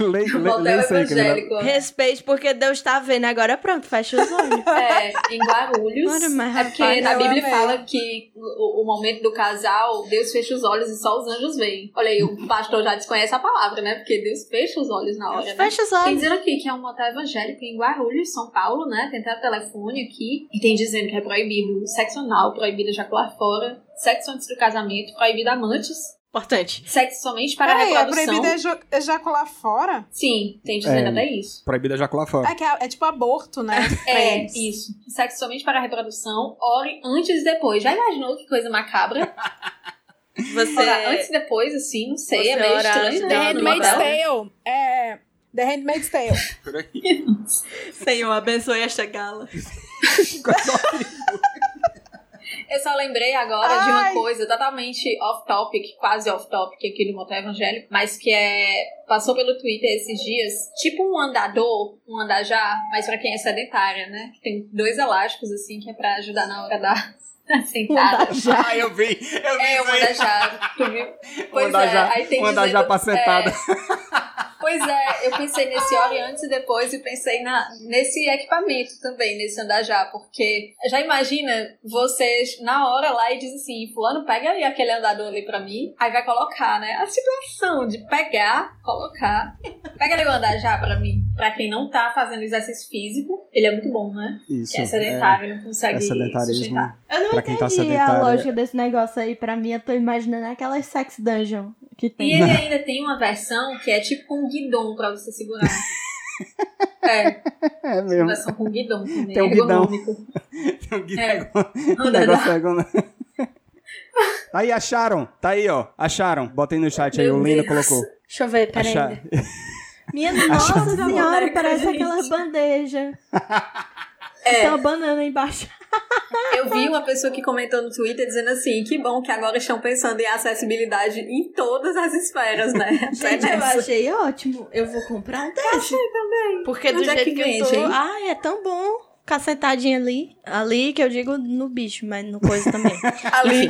[SPEAKER 1] lei, lei,
[SPEAKER 3] Motel
[SPEAKER 1] lei seca. né?
[SPEAKER 3] evangélico.
[SPEAKER 2] Respeite, porque Deus tá vendo. Agora pronto, fecha os olhos.
[SPEAKER 3] É, em Guarulhos.
[SPEAKER 2] Olha, mas,
[SPEAKER 3] é porque
[SPEAKER 2] rapaz,
[SPEAKER 3] na
[SPEAKER 4] eu
[SPEAKER 3] Bíblia
[SPEAKER 4] amei.
[SPEAKER 3] fala que o, o momento do casal, Deus fecha os olhos e só os anjos veem. Olha aí, o pastor já desconhece a palavra, né? Porque Deus fecha os olhos na hora. Né?
[SPEAKER 2] Fecha os
[SPEAKER 3] Tem
[SPEAKER 2] olhos.
[SPEAKER 3] dizendo aqui que é um motel evangélico em Guarulhos, São Paulo, né? Tem até o telefone aqui. E tem dizendo que é proibido sexo anal, proibido ejacular fora, sexo antes do casamento, proibido amantes,
[SPEAKER 2] Importante.
[SPEAKER 3] sexo somente para
[SPEAKER 4] Peraí, é
[SPEAKER 3] reprodução.
[SPEAKER 4] proibido ejo- ejacular fora?
[SPEAKER 3] Sim, tem dizendo
[SPEAKER 1] É.
[SPEAKER 3] até isso.
[SPEAKER 1] Proibido ejacular fora.
[SPEAKER 4] É, que é, é tipo aborto, né? Pra
[SPEAKER 3] É,
[SPEAKER 4] eles.
[SPEAKER 3] isso. Sexo somente para reprodução, ore antes e depois. Já imaginou que coisa macabra?
[SPEAKER 2] Você.
[SPEAKER 3] Orar antes e depois, assim, não sei, é
[SPEAKER 2] É. Você
[SPEAKER 3] meio
[SPEAKER 2] orar antes
[SPEAKER 3] estranho,
[SPEAKER 2] e
[SPEAKER 4] The
[SPEAKER 3] né?
[SPEAKER 2] depois.
[SPEAKER 3] no
[SPEAKER 4] Handmaid's
[SPEAKER 3] hotel.
[SPEAKER 4] Tale. É. The Handmaid's Tale.
[SPEAKER 2] Senhor, abençoe esta gala.
[SPEAKER 3] Eu só lembrei agora de
[SPEAKER 4] Ai.
[SPEAKER 3] uma coisa totalmente off-topic, quase off-topic aqui do Motel Evangélico, mas que é. Passou pelo Twitter esses dias, tipo um andador, um andajá, mas pra quem é sedentária, né? Que tem dois elásticos, assim, que é pra ajudar na hora da. da Sentada.
[SPEAKER 1] Ah, eu vi. Eu vi.
[SPEAKER 3] É, um
[SPEAKER 1] isso aí.
[SPEAKER 3] andajá. Tu viu? Pois
[SPEAKER 1] andajá-
[SPEAKER 3] é, aí tem
[SPEAKER 1] um andajá
[SPEAKER 3] dizendo-
[SPEAKER 1] pra sentada.
[SPEAKER 3] é. Pois é, eu pensei nesse ore antes e depois e pensei na, nesse equipamento também, nesse andajá, porque já imagina vocês na hora lá e diz assim, fulano, pega aí aquele andador ali pra mim, aí vai colocar, né? A situação de pegar, colocar, pega ali o andajá pra mim. Pra quem não tá fazendo exercício físico, ele é muito bom, né?
[SPEAKER 1] Isso.
[SPEAKER 3] Que é sedentário, não consegue
[SPEAKER 1] é sedentarismo.
[SPEAKER 3] sustentar.
[SPEAKER 2] Eu não
[SPEAKER 1] Pra quem tá
[SPEAKER 2] entendi a
[SPEAKER 1] sedentária-
[SPEAKER 2] lógica desse negócio aí. Pra mim, eu tô imaginando aquelas sex dungeon que
[SPEAKER 3] E
[SPEAKER 2] tem.
[SPEAKER 3] ele ainda tem uma versão que é tipo com um guidão pra você segurar. É,
[SPEAKER 1] É
[SPEAKER 3] uma
[SPEAKER 2] um
[SPEAKER 1] mesmo.
[SPEAKER 3] versão com guidão também.
[SPEAKER 1] Tem um guidão.
[SPEAKER 3] ergonômico. É.
[SPEAKER 1] tá O negócio é igual, né? Aí acharam, tá aí ó, acharam. Bota aí no chat aí,
[SPEAKER 3] Meu
[SPEAKER 1] o Lino
[SPEAKER 3] Deus.
[SPEAKER 1] colocou.
[SPEAKER 2] Deixa eu ver, peraí.
[SPEAKER 1] Acha- um
[SPEAKER 2] Minha nossa
[SPEAKER 3] Achava-
[SPEAKER 2] senhora,
[SPEAKER 3] Boneca,
[SPEAKER 2] parece
[SPEAKER 3] gente.
[SPEAKER 2] aquelas bandejas.
[SPEAKER 3] É.
[SPEAKER 2] Tem uma banana embaixo.
[SPEAKER 3] Eu vi uma pessoa que comentou no Twitter dizendo assim: que bom que agora estão pensando em acessibilidade em todas as esferas, né? Até
[SPEAKER 2] Gente, é eu
[SPEAKER 3] nessa.
[SPEAKER 2] achei ótimo. Eu vou comprar um desse. também. Porque do
[SPEAKER 3] Onde é
[SPEAKER 2] jeito
[SPEAKER 3] que
[SPEAKER 2] que, eu
[SPEAKER 3] vende,
[SPEAKER 2] tô...
[SPEAKER 3] hein?
[SPEAKER 2] Ai, é tão bom. Cacetadinha ali. Ali que eu digo no bicho, mas no coisa também.
[SPEAKER 3] Ali.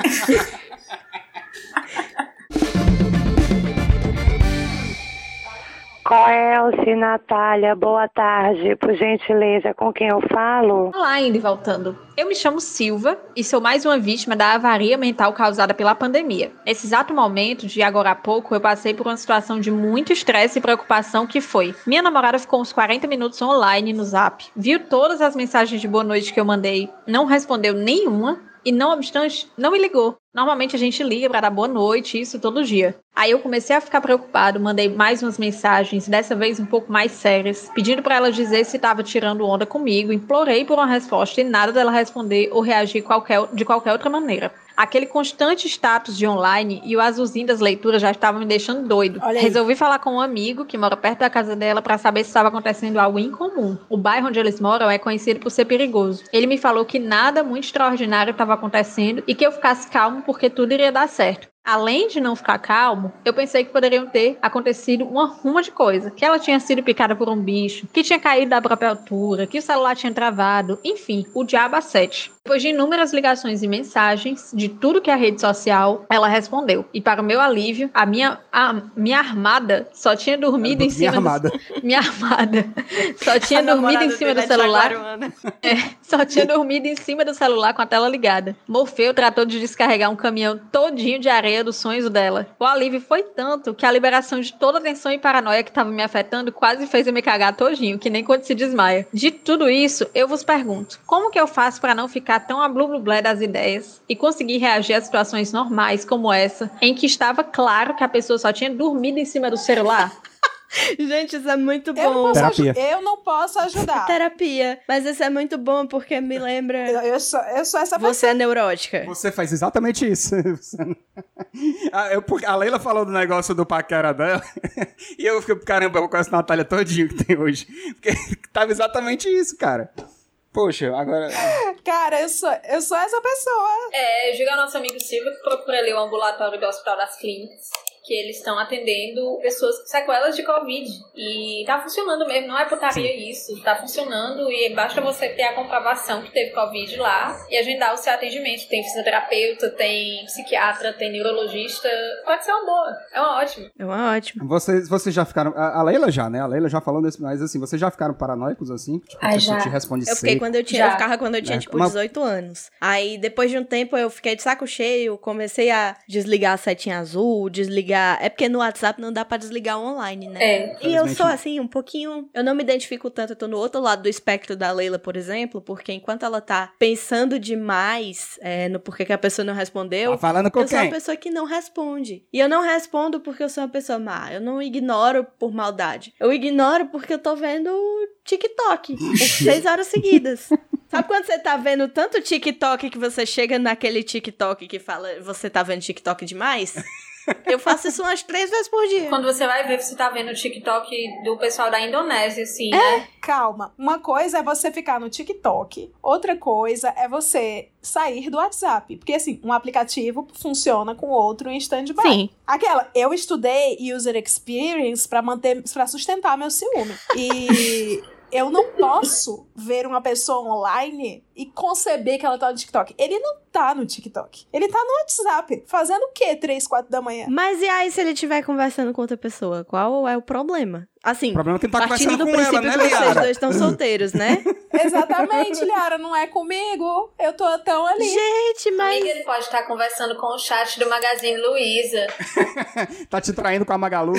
[SPEAKER 6] Coelce, Natália, boa tarde. Por gentileza, com quem eu falo?
[SPEAKER 7] Olá, indo Tá e voltando. Eu me chamo Silva e sou mais uma vítima da avaria mental causada pela pandemia. Nesse exato momento, de agora a pouco, eu passei por uma situação de muito estresse e preocupação que foi. Minha namorada ficou uns 40 minutos online no zap, viu todas as mensagens de boa noite que eu mandei, não respondeu nenhuma e não obstante, não me ligou. Normalmente a gente liga pra dar boa noite, isso todo dia. Aí eu comecei a ficar preocupado, mandei mais umas mensagens, dessa vez um pouco mais sérias, pedindo pra ela dizer se tava tirando onda comigo, implorei por uma resposta e nada dela responder ou reagir qualquer- de qualquer outra maneira. Aquele constante status de online e o azulzinho das leituras já estavam me deixando doido.
[SPEAKER 4] Olha aí.
[SPEAKER 7] Resolvi falar com um amigo que mora perto da casa dela pra saber se estava acontecendo algo incomum. O bairro onde eles moram é conhecido por ser perigoso. Ele me falou que nada muito extraordinário estava acontecendo e que eu ficasse calmo porque tudo iria dar certo. Além de não ficar calmo, eu pensei que poderiam ter acontecido uma ruma de coisa. Que ela tinha sido picada por um bicho, que tinha caído da própria altura, que o celular tinha travado, enfim, o diabo a sete. Depois de inúmeras ligações e mensagens de tudo que é a rede social, ela respondeu. E para o meu alívio, a minha, a minha armada só tinha dormido
[SPEAKER 1] É,
[SPEAKER 7] em
[SPEAKER 1] Minha
[SPEAKER 7] cima do
[SPEAKER 1] armada.
[SPEAKER 7] minha amada. Só tinha
[SPEAKER 2] A
[SPEAKER 7] dormido
[SPEAKER 2] namorada
[SPEAKER 7] em cima
[SPEAKER 2] dele
[SPEAKER 7] do
[SPEAKER 2] é de
[SPEAKER 7] celular.
[SPEAKER 2] Jaguaruana.
[SPEAKER 7] Só tinha dormido em cima do celular com a tela ligada. Morfeu tratou de descarregar um caminhão todinho de areia dos sonhos dela. O alívio foi tanto que a liberação de toda a tensão e paranoia que estava me afetando quase fez eu me cagar todinho, que nem quando se desmaia. De tudo isso, eu vos pergunto: como que eu faço para não ficar tão a blu blu blé das ideias e conseguir reagir a situações normais como essa, em que estava claro que a pessoa só tinha dormido em cima do celular?
[SPEAKER 2] Gente, isso é muito
[SPEAKER 4] Eu não,
[SPEAKER 2] bom.
[SPEAKER 4] posso aju-
[SPEAKER 1] Terapia.
[SPEAKER 4] eu não posso
[SPEAKER 2] É
[SPEAKER 4] ajudar.
[SPEAKER 2] Terapia. Mas isso é muito bom porque me
[SPEAKER 4] Eu,
[SPEAKER 2] lembra.
[SPEAKER 4] eu sou, eu sou essa pessoa.
[SPEAKER 2] Você é neurótica.
[SPEAKER 1] Você faz exatamente isso. Você não- Ah, eu- porque a Leila falou do negócio do paquera dela e eu fiquei, caramba, eu conheço a Natália todinho que tem hoje. Porque tava exatamente isso, cara. Poxa, agora.
[SPEAKER 4] Cara, eu sou, eu sou essa pessoa.
[SPEAKER 3] É, diga ao nosso amigo Silvio que procura ali o ambulatório do Hospital das Clínicas. que eles estão atendendo pessoas com sequelas de Covid. E tá funcionando mesmo, não é putaria isso. Tá funcionando e basta você ter a comprovação que teve Covid lá e agendar o seu atendimento. Tem fisioterapeuta, tem psiquiatra, tem neurologista. Pode ser uma boa, é uma ótima.
[SPEAKER 2] É uma ótima.
[SPEAKER 1] Vocês, vocês já ficaram. A, a Leila já, né? A Leila já falou desse, mas assim, vocês já ficaram paranoicos assim? Tipo,
[SPEAKER 3] Ah,
[SPEAKER 1] a pessoa
[SPEAKER 3] já.
[SPEAKER 1] te responde
[SPEAKER 2] Eu fiquei
[SPEAKER 1] seco.
[SPEAKER 2] quando eu tinha.
[SPEAKER 3] Já.
[SPEAKER 2] Eu ficava quando eu tinha,
[SPEAKER 1] É,
[SPEAKER 2] tipo,
[SPEAKER 1] uma-
[SPEAKER 2] 18 anos. Aí, depois de um tempo, eu fiquei de saco cheio, comecei a desligar a setinha azul, desligar. É porque no WhatsApp não dá pra desligar o online, né?
[SPEAKER 3] É.
[SPEAKER 2] E eu
[SPEAKER 1] Infelizmente,
[SPEAKER 2] sou
[SPEAKER 1] não.
[SPEAKER 2] assim, um pouquinho. Eu não me identifico tanto, eu tô no outro lado do espectro da Leila, por exemplo, porque enquanto ela tá pensando demais é, no porquê que a pessoa não respondeu,
[SPEAKER 1] Tá falando com
[SPEAKER 2] eu sou uma
[SPEAKER 1] quem?
[SPEAKER 2] pessoa que não responde. E eu não respondo porque eu sou uma pessoa má. Eu não ignoro por maldade. Eu ignoro porque eu tô vendo TikTok por seis horas seguidas. Sabe quando você tá vendo tanto TikTok que você chega naquele TikTok que fala você tá vendo TikTok demais? Eu faço isso umas três vezes por dia.
[SPEAKER 3] Quando você vai ver, você tá vendo o TikTok do pessoal da Indonésia, assim, né?
[SPEAKER 4] É, Calma, uma coisa é você ficar no TikTok, outra coisa é você sair do WhatsApp. Porque assim, um aplicativo funciona com o outro em stand-by.
[SPEAKER 2] Sim.
[SPEAKER 4] Aquela, eu estudei user experience pra manter, para sustentar meu ciúme. E eu não posso ver uma pessoa online e conceber que ela tá no TikTok. Ele não tá no TikTok. Ele tá no WhatsApp. Fazendo o quê? 3, 4 da manhã?
[SPEAKER 2] Mas e aí se ele estiver conversando com outra pessoa? Qual é o problema? Assim,
[SPEAKER 1] O problema é que ele tá
[SPEAKER 2] partindo
[SPEAKER 1] conversando
[SPEAKER 2] do
[SPEAKER 1] com
[SPEAKER 2] princípio
[SPEAKER 1] ela, né,
[SPEAKER 2] que vocês
[SPEAKER 1] Liara?
[SPEAKER 2] dois estão solteiros, né?
[SPEAKER 4] Exatamente, Liara, não é comigo. Eu tô tão ali.
[SPEAKER 2] Gente, mas
[SPEAKER 3] Amiga, ele pode estar conversando com o chat do Magazine Luiza.
[SPEAKER 1] Tá te traindo com a Magalu.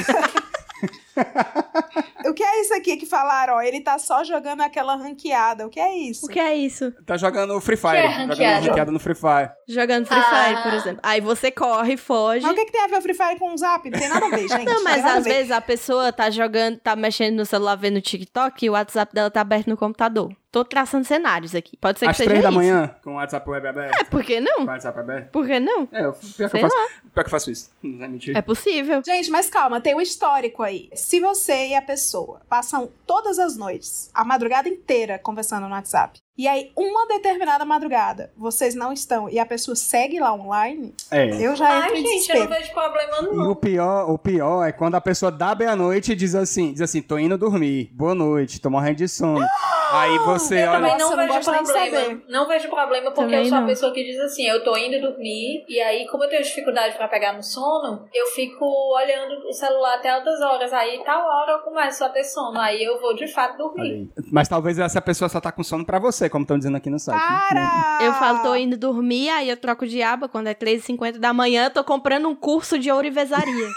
[SPEAKER 4] O que é isso aqui que falaram? ó? Ele tá só jogando aquela ranqueada. O que é isso?
[SPEAKER 2] o que é isso?
[SPEAKER 1] tá jogando Free Fire. Tá
[SPEAKER 3] Que é ranqueada.
[SPEAKER 1] jogando ranqueada no Free Fire.
[SPEAKER 2] Jogando Free
[SPEAKER 3] Ah.
[SPEAKER 2] Fire, por exemplo. Aí você corre, foge.
[SPEAKER 4] Mas o que, que tem a ver o Free Fire com o Zap? Não tem nada a ver, gente.
[SPEAKER 2] Não,
[SPEAKER 4] Tem
[SPEAKER 2] mas
[SPEAKER 4] nada a
[SPEAKER 2] às
[SPEAKER 4] ver.
[SPEAKER 2] vezes a pessoa tá jogando, tá mexendo no celular vendo TikTok e o WhatsApp dela tá aberto no computador. Tô traçando cenários aqui. Pode ser que
[SPEAKER 1] Às
[SPEAKER 2] seja
[SPEAKER 1] três da
[SPEAKER 2] isso.
[SPEAKER 1] manhã, com o WhatsApp web aberto.
[SPEAKER 2] É, por que não?
[SPEAKER 1] Com o WhatsApp aberto.
[SPEAKER 2] Por que não?
[SPEAKER 1] É, eu, pior, que
[SPEAKER 2] Sei
[SPEAKER 1] eu faço, pior que eu faço isso. Não é mentira.
[SPEAKER 2] É possível.
[SPEAKER 4] Gente, mas calma, tem um histórico aí. Se você e a pessoa passam todas as noites, a madrugada inteira, conversando no WhatsApp, e aí uma determinada madrugada vocês não estão e a pessoa segue lá online,
[SPEAKER 1] É.
[SPEAKER 4] eu já
[SPEAKER 3] Ai,
[SPEAKER 4] entro em
[SPEAKER 3] gente, eu não
[SPEAKER 4] desespero.
[SPEAKER 3] vejo problema
[SPEAKER 1] E
[SPEAKER 3] não.
[SPEAKER 1] o pior, o pior é quando a pessoa dá meia-noite e diz assim, diz assim, tô indo dormir, boa noite, tô morrendo de sono. Aí você
[SPEAKER 3] Eu também
[SPEAKER 1] olha,
[SPEAKER 4] Nossa,
[SPEAKER 3] não
[SPEAKER 4] eu não
[SPEAKER 3] vejo
[SPEAKER 4] gosto nem de
[SPEAKER 3] problema.
[SPEAKER 4] saber.
[SPEAKER 3] Não vejo problema porque
[SPEAKER 2] Também
[SPEAKER 3] eu sou
[SPEAKER 2] não.
[SPEAKER 3] a pessoa que diz assim, eu tô indo dormir e aí como eu tenho dificuldade pra pegar no sono, eu fico olhando o celular até altas horas, aí tal hora eu começo a ter sono, aí eu vou de fato
[SPEAKER 1] olha
[SPEAKER 3] dormir.
[SPEAKER 1] aí. mas talvez essa pessoa só tá com sono pra você, como estão dizendo aqui no site. né?
[SPEAKER 4] Para!
[SPEAKER 2] Eu falo,
[SPEAKER 4] Ah.
[SPEAKER 2] tô indo dormir, aí eu troco de aba. Quando é 3h50 da manhã, tô comprando um curso de ourivesaria.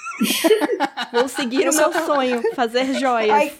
[SPEAKER 2] Vou seguir o meu sonho, fazer joias.
[SPEAKER 4] Ai,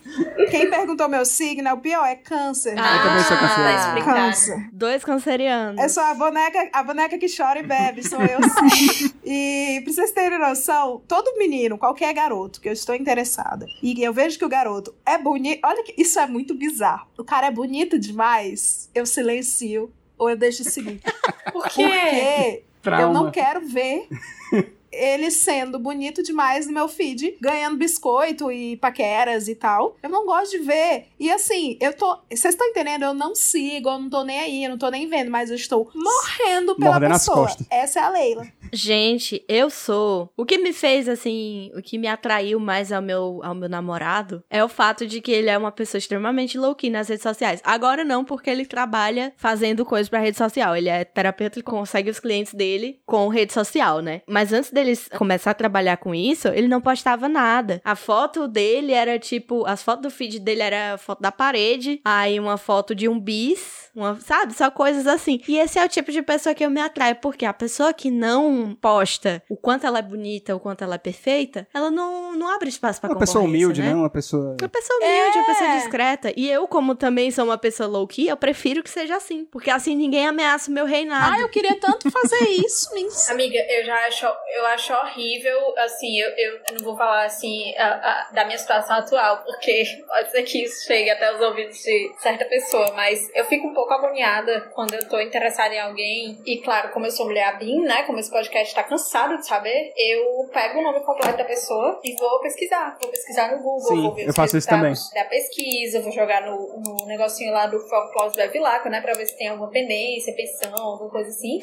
[SPEAKER 4] quem perguntou meu signo, é o pior, é câncer.
[SPEAKER 2] Ah,
[SPEAKER 1] Eu também sou
[SPEAKER 3] tá
[SPEAKER 1] canceriano.
[SPEAKER 3] explicado.
[SPEAKER 4] Câncer.
[SPEAKER 2] Dois cancerianos.
[SPEAKER 4] É só a boneca, a boneca que chora e bebe, sou eu sim. E pra vocês terem noção, todo menino, qualquer garoto que eu estou interessada, e eu vejo que o garoto é bonito. Olha que isso é muito bizarro. O cara é bonito demais, eu silencio ou eu deixo de seguir.
[SPEAKER 3] Por quê?
[SPEAKER 4] Porque eu
[SPEAKER 1] Trauma.
[SPEAKER 4] não quero ver ele sendo bonito demais no meu feed, ganhando biscoito e paqueras e tal. Eu não gosto de ver. E assim, eu tô. Vocês estão entendendo? Eu não sigo, eu não tô nem aí, eu não tô nem vendo, mas eu estou morrendo pela
[SPEAKER 1] Mordendo as
[SPEAKER 4] pessoa.
[SPEAKER 1] costas.
[SPEAKER 4] Essa é a Leila.
[SPEAKER 2] Gente, eu sou. O que me fez, assim, o que me atraiu mais ao meu, ao meu namorado é o fato de que ele é uma pessoa extremamente louquinha nas redes sociais. Agora não, porque ele trabalha fazendo coisas pra rede social. Ele é terapeuta e consegue os clientes dele com rede social, né? Mas antes dele s- começar a trabalhar com isso, ele não postava nada. A foto dele era tipo. As fotos do feed dele era a foto da parede, aí uma foto de um bis. Uma, sabe? Só coisas assim. E esse é o tipo de pessoa que eu me atraio, porque a pessoa que não posta o quanto ela é bonita, o quanto ela é perfeita, ela não, não abre espaço pra
[SPEAKER 1] Uma pessoa
[SPEAKER 2] concorrência,
[SPEAKER 1] humilde, né? Uma pessoa...
[SPEAKER 2] Uma pessoa humilde, uma pessoa
[SPEAKER 4] É.
[SPEAKER 2] discreta. E eu, como também sou uma pessoa low-key, eu prefiro que seja assim. Porque assim ninguém ameaça o meu reinado.
[SPEAKER 4] Ah, eu queria tanto fazer isso, me ensina.
[SPEAKER 3] Amiga, eu já acho, eu acho horrível, assim, eu, eu não vou falar assim a- a- da minha situação atual, porque pode ser que isso chegue até os ouvidos de certa pessoa, mas eu fico um pouco agoniada quando eu tô interessada em alguém, e claro, como eu sou mulher BIM, né, como esse podcast tá cansado de saber, eu pego o nome completo da pessoa e vou pesquisar, vou pesquisar no Google,
[SPEAKER 1] Sim,
[SPEAKER 3] vou ver
[SPEAKER 1] eu
[SPEAKER 3] os
[SPEAKER 1] faço isso
[SPEAKER 3] resultados da pesquisa, vou jogar no, no negocinho lá do Folclore da Vilaco, né, pra ver se tem alguma tendência, pensão, alguma coisa assim,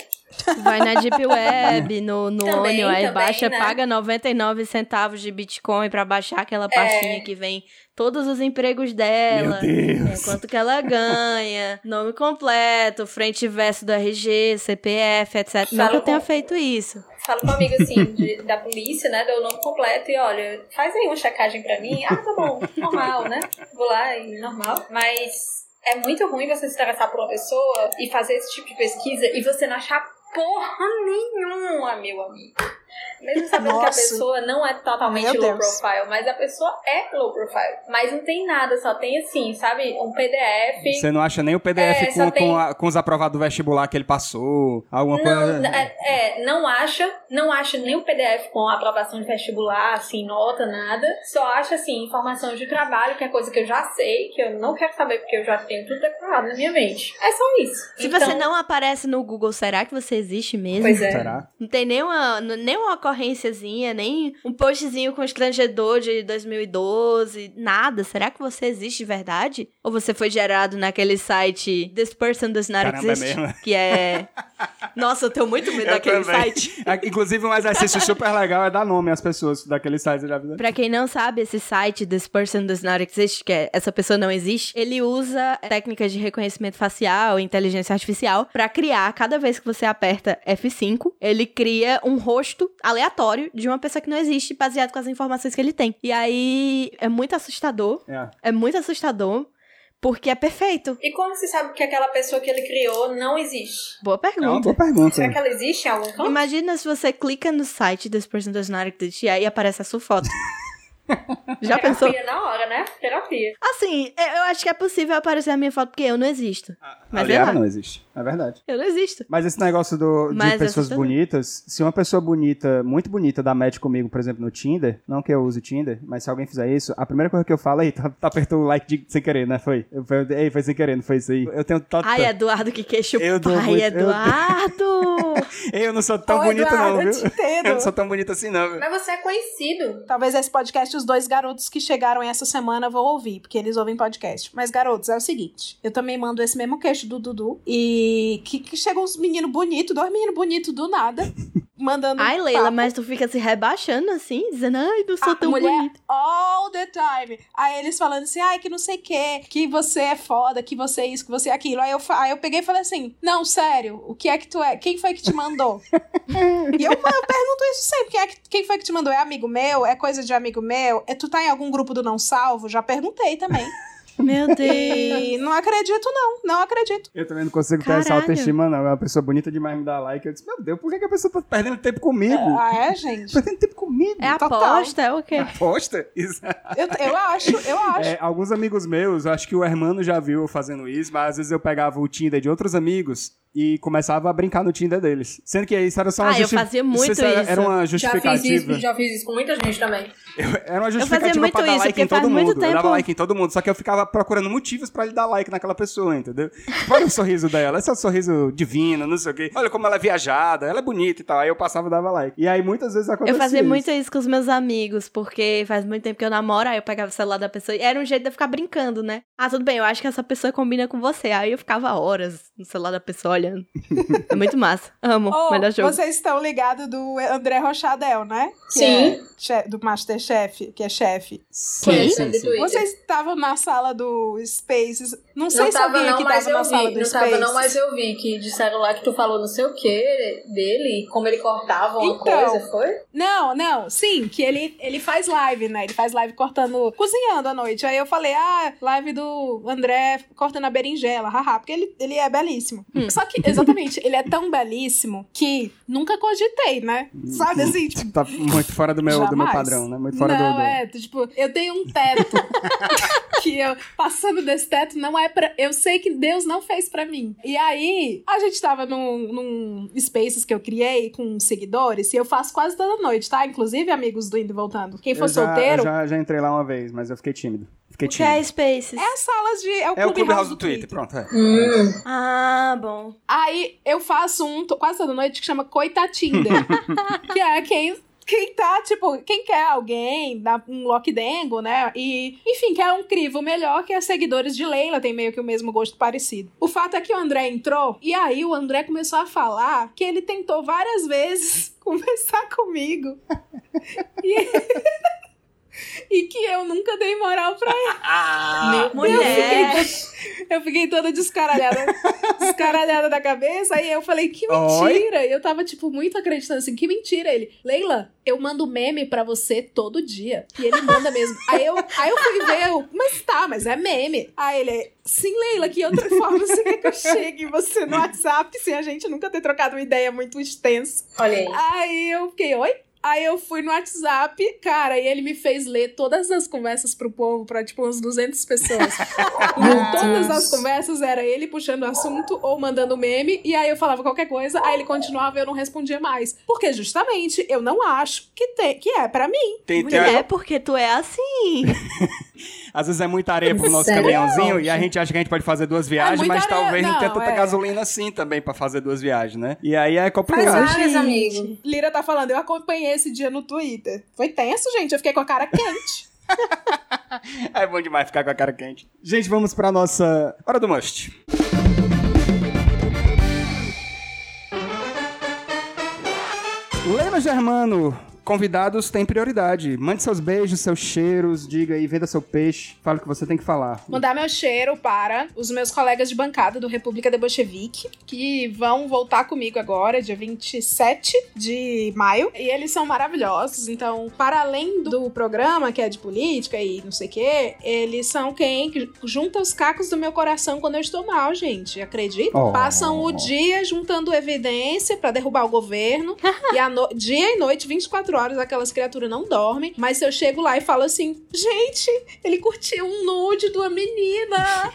[SPEAKER 2] Vai na Deep Web, no, no
[SPEAKER 3] Também,
[SPEAKER 2] Onion, aí
[SPEAKER 3] também,
[SPEAKER 2] baixa,
[SPEAKER 3] né?
[SPEAKER 2] paga 99 centavos de Bitcoin pra baixar
[SPEAKER 3] É.
[SPEAKER 2] aquela pastinha que vem todos os empregos dela.
[SPEAKER 1] Meu Deus.
[SPEAKER 2] é, quanto que ela ganha, nome completo, frente e verso do RG, CPF, etc. Não que eu
[SPEAKER 3] Fala
[SPEAKER 2] tenha
[SPEAKER 3] com-
[SPEAKER 2] feito isso.
[SPEAKER 3] Falo com um amigo assim, de- da polícia, né? Deu o nome completo e olha, faz aí uma checagem pra mim. Ah, tá bom, normal, né? Vou lá e normal. Mas é muito ruim você se interessar por uma pessoa e fazer esse tipo de pesquisa e você não achar porra nenhuma, meu amigo. Mesmo sabendo que a
[SPEAKER 4] Nossa.
[SPEAKER 3] pessoa não é totalmente
[SPEAKER 4] Meu
[SPEAKER 3] low
[SPEAKER 4] Deus.
[SPEAKER 3] profile, mas a pessoa é low profile. Mas não tem nada, só tem assim, sabe? Um PDF.
[SPEAKER 1] Você não acha nem o PDF
[SPEAKER 3] É,
[SPEAKER 1] com,
[SPEAKER 3] só tem-
[SPEAKER 1] com a- com os aprovados do vestibular que ele passou, alguma coisa.
[SPEAKER 3] Não, é, é, não acha, não acha nem o PDF com aprovação de vestibular, assim, nota, nada. Só acha, assim, informação de trabalho, que é coisa que eu já sei, que eu não quero saber, porque eu já tenho tudo decorado na minha mente. É só isso.
[SPEAKER 2] Se
[SPEAKER 3] Então,
[SPEAKER 2] você não aparece no Google, será que você existe mesmo?
[SPEAKER 3] Pois é.
[SPEAKER 1] Será?
[SPEAKER 2] Não tem nenhuma, n- nenhuma ocorrênciazinha, nem um postzinho com estrangedor de 2012, nada. Será que você existe de verdade? Ou você foi gerado naquele site This Person Does Not
[SPEAKER 1] Caramba, é
[SPEAKER 2] Exist?
[SPEAKER 1] mesmo?
[SPEAKER 2] que é. Nossa, eu tenho muito medo
[SPEAKER 1] Eu
[SPEAKER 2] daquele
[SPEAKER 1] também.
[SPEAKER 2] site.
[SPEAKER 1] Ah, Inclusive, um exercício super legal é dar nome às pessoas daquele site da vida.
[SPEAKER 2] Pra quem não sabe, esse site This Person Does Not Exist, que é Essa Pessoa Não Existe, ele usa técnicas de reconhecimento facial, inteligência artificial, pra criar, cada vez que você aperta F5, ele cria um rosto aleatório de uma pessoa que não existe, baseado com as informações que ele tem. E aí, é muito assustador,
[SPEAKER 1] É.
[SPEAKER 2] é muito assustador, porque é perfeito.
[SPEAKER 3] E como você sabe que aquela pessoa que ele criou não existe?
[SPEAKER 2] Boa
[SPEAKER 1] É uma
[SPEAKER 2] pergunta.
[SPEAKER 1] boa pergunta.
[SPEAKER 3] Será que ela existe em algum canto?
[SPEAKER 2] Imagina se você clica no site This Person Does Not Exist e aí aparece a sua foto. Já pensou?
[SPEAKER 3] Terapia na hora, né? Terapia.
[SPEAKER 2] Assim, eu eu acho que é possível aparecer a minha foto porque eu não existo. Mas sei
[SPEAKER 1] Aliás,
[SPEAKER 2] lá,
[SPEAKER 1] não existe. É verdade.
[SPEAKER 2] eu não existo.
[SPEAKER 1] Mas esse negócio do, de
[SPEAKER 2] Mas essa
[SPEAKER 1] pessoas
[SPEAKER 2] também.
[SPEAKER 1] bonitas, se uma pessoa bonita, muito bonita, dá match comigo, por exemplo, no Tinder, não que eu use Tinder, mas se alguém fizer isso, a primeira coisa que eu falo é, tá, tá apertou o like de- sem querer, né? Foi. Eu, foi. Ei, foi sem querer, não foi isso aí. Eu tenho tanta.
[SPEAKER 2] Ai, é Eduardo, que queixo
[SPEAKER 1] Eu dou
[SPEAKER 2] pai,
[SPEAKER 1] muito- eu dou-
[SPEAKER 2] Eduardo!
[SPEAKER 1] Ei, eu não sou tão
[SPEAKER 4] Ô,
[SPEAKER 1] bonito,
[SPEAKER 4] Eduardo,
[SPEAKER 1] não, viu?
[SPEAKER 4] eu te entendo.
[SPEAKER 1] Eu não sou tão bonito assim, não, viu?
[SPEAKER 3] Mas você é conhecido.
[SPEAKER 4] Talvez esse podcast os dois garotos que chegaram essa semana vão ouvir, porque eles ouvem podcast. Mas, garotos, é o seguinte: eu também mando esse mesmo queixo do Dudu. E que, que chegam uns meninos bonitos, dois meninos bonitos do nada, mandando.
[SPEAKER 2] Ai, Leila,
[SPEAKER 4] papo.
[SPEAKER 2] mas tu fica se rebaixando assim, dizendo, ai, não sou
[SPEAKER 4] A
[SPEAKER 2] tão
[SPEAKER 4] mulher
[SPEAKER 2] bonita.
[SPEAKER 4] all the time. Aí eles falando assim, ai, que não sei o que, que você é foda, que você é isso, que você é aquilo. Aí eu, fa- aí eu peguei e falei assim, não, sério, o que é que tu é? Quem foi que te mandou? e eu, eu pergunto isso sempre, quem, é que- quem foi que te mandou? É amigo meu? É coisa de amigo meu? É, tu tá em algum grupo do Não Salvo? Já perguntei também.
[SPEAKER 2] Meu Deus.
[SPEAKER 4] E não acredito não, não acredito.
[SPEAKER 1] Eu também não consigo ter essa
[SPEAKER 2] Caralho.
[SPEAKER 1] autoestima, não. É uma pessoa bonita demais me dá like. Eu disse, meu Deus, por que, que a pessoa tá perdendo tempo comigo?
[SPEAKER 4] Ah, é, gente?
[SPEAKER 1] Perdendo tempo comigo.
[SPEAKER 2] É
[SPEAKER 4] Total.
[SPEAKER 2] aposta, é o quê?
[SPEAKER 1] Aposta? Isso.
[SPEAKER 4] Eu, eu acho, eu acho.
[SPEAKER 1] É, alguns amigos meus, eu acho que o Hermano já viu eu fazendo isso, mas às vezes eu pegava o Tinder de outros amigos e começava a brincar no Tinder deles. Sendo que isso era só uma
[SPEAKER 2] Ah, eu
[SPEAKER 1] justi-
[SPEAKER 2] fazia muito
[SPEAKER 1] isso era,
[SPEAKER 2] isso.
[SPEAKER 1] era uma
[SPEAKER 3] Já fiz
[SPEAKER 1] justificativa.
[SPEAKER 3] isso, já fiz isso com muita gente também.
[SPEAKER 1] Era uma
[SPEAKER 2] fazia
[SPEAKER 1] justificativa
[SPEAKER 2] muito
[SPEAKER 1] pra dar
[SPEAKER 2] isso,
[SPEAKER 1] like em
[SPEAKER 2] porque faz
[SPEAKER 1] todo
[SPEAKER 2] muito
[SPEAKER 1] mundo. Eu
[SPEAKER 2] tempo-
[SPEAKER 1] dava like em todo mundo, só que eu ficava procurando motivos pra ele dar like naquela pessoa, entendeu? Tipo, Olha o sorriso dela, esse é um sorriso divino, não sei o quê. Olha como ela é viajada, ela é bonita e tal. Aí eu passava e dava like. E aí muitas vezes acontecia
[SPEAKER 2] Eu fazia
[SPEAKER 1] isso.
[SPEAKER 2] muito isso com os meus amigos, porque faz muito tempo que eu namoro, aí eu pegava o celular da pessoa e era um jeito de eu ficar brincando, né? Ah, tudo bem, eu acho que essa pessoa combina com você. Aí eu ficava horas no celular da pessoa olhando. é muito massa. Amo.
[SPEAKER 4] Oh,
[SPEAKER 2] Melhor jogo.
[SPEAKER 4] Vocês estão ligados do André Rochadel, né? Que
[SPEAKER 3] Sim.
[SPEAKER 4] é che- do Masterchef, que é chefe.
[SPEAKER 1] Sim,
[SPEAKER 3] Sim,
[SPEAKER 1] sim,
[SPEAKER 3] do
[SPEAKER 1] sim.
[SPEAKER 3] Twitter.
[SPEAKER 4] Vocês estavam na sala do Spaces. Não sei
[SPEAKER 3] não
[SPEAKER 4] se
[SPEAKER 3] tava
[SPEAKER 4] alguém
[SPEAKER 3] não,
[SPEAKER 4] aqui
[SPEAKER 3] mas
[SPEAKER 4] estava na
[SPEAKER 3] eu
[SPEAKER 4] sala
[SPEAKER 3] vi.
[SPEAKER 4] do
[SPEAKER 3] Não
[SPEAKER 4] Spaces.
[SPEAKER 3] tava não, mas eu vi que disseram lá que tu falou não sei o que dele, como ele cortava uma
[SPEAKER 4] Então.
[SPEAKER 3] coisa, foi?
[SPEAKER 4] Não, não, sim, que ele, ele faz live, né? Ele faz live cortando, cozinhando à noite. Aí eu falei, ah, live do André cortando a berinjela, haha, porque ele, ele é belíssimo.
[SPEAKER 3] Hum.
[SPEAKER 4] Só que, exatamente, ele é tão belíssimo que nunca cogitei, né? Sabe assim, tipo,
[SPEAKER 1] Tá muito fora do meu, do meu
[SPEAKER 4] Jamais.
[SPEAKER 1] padrão, né? Muito fora
[SPEAKER 4] não,
[SPEAKER 1] do. do...
[SPEAKER 4] é, tu, tipo, eu tenho um teto. que eu, passando desse teto, não é pra. Eu sei que Deus não fez pra mim. E aí, a gente tava num, num Spaces que eu criei com seguidores, e eu faço quase toda noite, tá? Inclusive, amigos do Indo e Voltando. Quem for
[SPEAKER 1] eu já,
[SPEAKER 4] solteiro.
[SPEAKER 1] eu já, já entrei lá uma vez, mas eu fiquei tímido. Fiquei
[SPEAKER 2] O que é
[SPEAKER 1] tímido.
[SPEAKER 2] Spaces?
[SPEAKER 4] É as salas de.
[SPEAKER 1] É
[SPEAKER 4] É o,
[SPEAKER 1] o Clubhouse
[SPEAKER 4] Clubhouse
[SPEAKER 1] do Twitter, pronto. É.
[SPEAKER 2] Ah, bom.
[SPEAKER 4] Aí eu faço um to- quase toda noite que chama Coitatinda. que é quem Quem tá, tipo, quem quer alguém, dá um lockdengo, né? E, enfim, quer um crivo melhor que as seguidores de Leila tem meio que o mesmo gosto parecido. O fato é que o André entrou e aí o André começou a falar que ele tentou várias vezes conversar comigo. E, e que eu nunca dei moral pra ele.
[SPEAKER 5] Ah,
[SPEAKER 2] Mulher.
[SPEAKER 4] Eu fiquei toda descaralhada, descaralhada da cabeça. Aí eu falei, que
[SPEAKER 1] Oi?
[SPEAKER 4] mentira! E eu tava, tipo, muito acreditando assim, que mentira. Ele, Leila, eu mando meme pra você todo dia. E ele manda mesmo. aí, eu, aí eu fui ver, eu, mas tá, mas é meme. Aí ele, sim, Leila, que outra forma você quer que eu chegue em você no WhatsApp sem a gente nunca ter trocado uma ideia muito extensa?
[SPEAKER 3] Olha aí.
[SPEAKER 4] Aí eu fiquei, oi? Aí eu fui no WhatsApp, cara, e ele me fez ler todas as conversas pro povo, pra tipo umas 200 pessoas. E todas as conversas era ele puxando o assunto ou mandando meme, e aí eu falava qualquer coisa, aí ele continuava e eu não respondia mais. Porque justamente eu não acho que, te, que é pra mim.
[SPEAKER 1] Tem, tem-
[SPEAKER 2] Mulher, porque tu é assim.
[SPEAKER 1] às vezes é muita areia pro nosso
[SPEAKER 3] Sério?
[SPEAKER 1] caminhãozinho e a gente acha que a gente pode fazer duas viagens,
[SPEAKER 4] É muita
[SPEAKER 1] mas
[SPEAKER 4] areia.
[SPEAKER 1] talvez não, tenha
[SPEAKER 4] Não,
[SPEAKER 1] tanta
[SPEAKER 4] é.
[SPEAKER 1] gasolina assim também pra fazer duas viagens, né? E aí é
[SPEAKER 3] Faz
[SPEAKER 1] complicado.
[SPEAKER 3] várias,
[SPEAKER 4] gente.
[SPEAKER 3] amigo.
[SPEAKER 4] Lira tá falando, eu acompanhei esse dia no Twitter. Foi tenso, gente, eu fiquei com a cara quente.
[SPEAKER 1] É bom demais ficar com a cara quente. Gente, vamos pra nossa Hora do Must. Lema Germano, convidados têm prioridade. Mande seus beijos, seus cheiros, diga aí, venda seu peixe, fala o que você tem que falar.
[SPEAKER 4] Mandar meu cheiro para os meus colegas de bancada do República de Bolchevique, que vão voltar comigo agora, dia 27 de maio. E eles são maravilhosos. Então, para além do programa, que é de política e não sei o quê, eles são quem junta os cacos do meu coração quando eu estou mal, gente. Acredita?
[SPEAKER 1] Oh.
[SPEAKER 4] Passam o dia juntando evidência para derrubar o governo. E a no- dia e noite, 24 horas, aquelas criaturas não dormem. Mas eu chego lá e falo assim: gente, ele curtiu um nude de uma menina.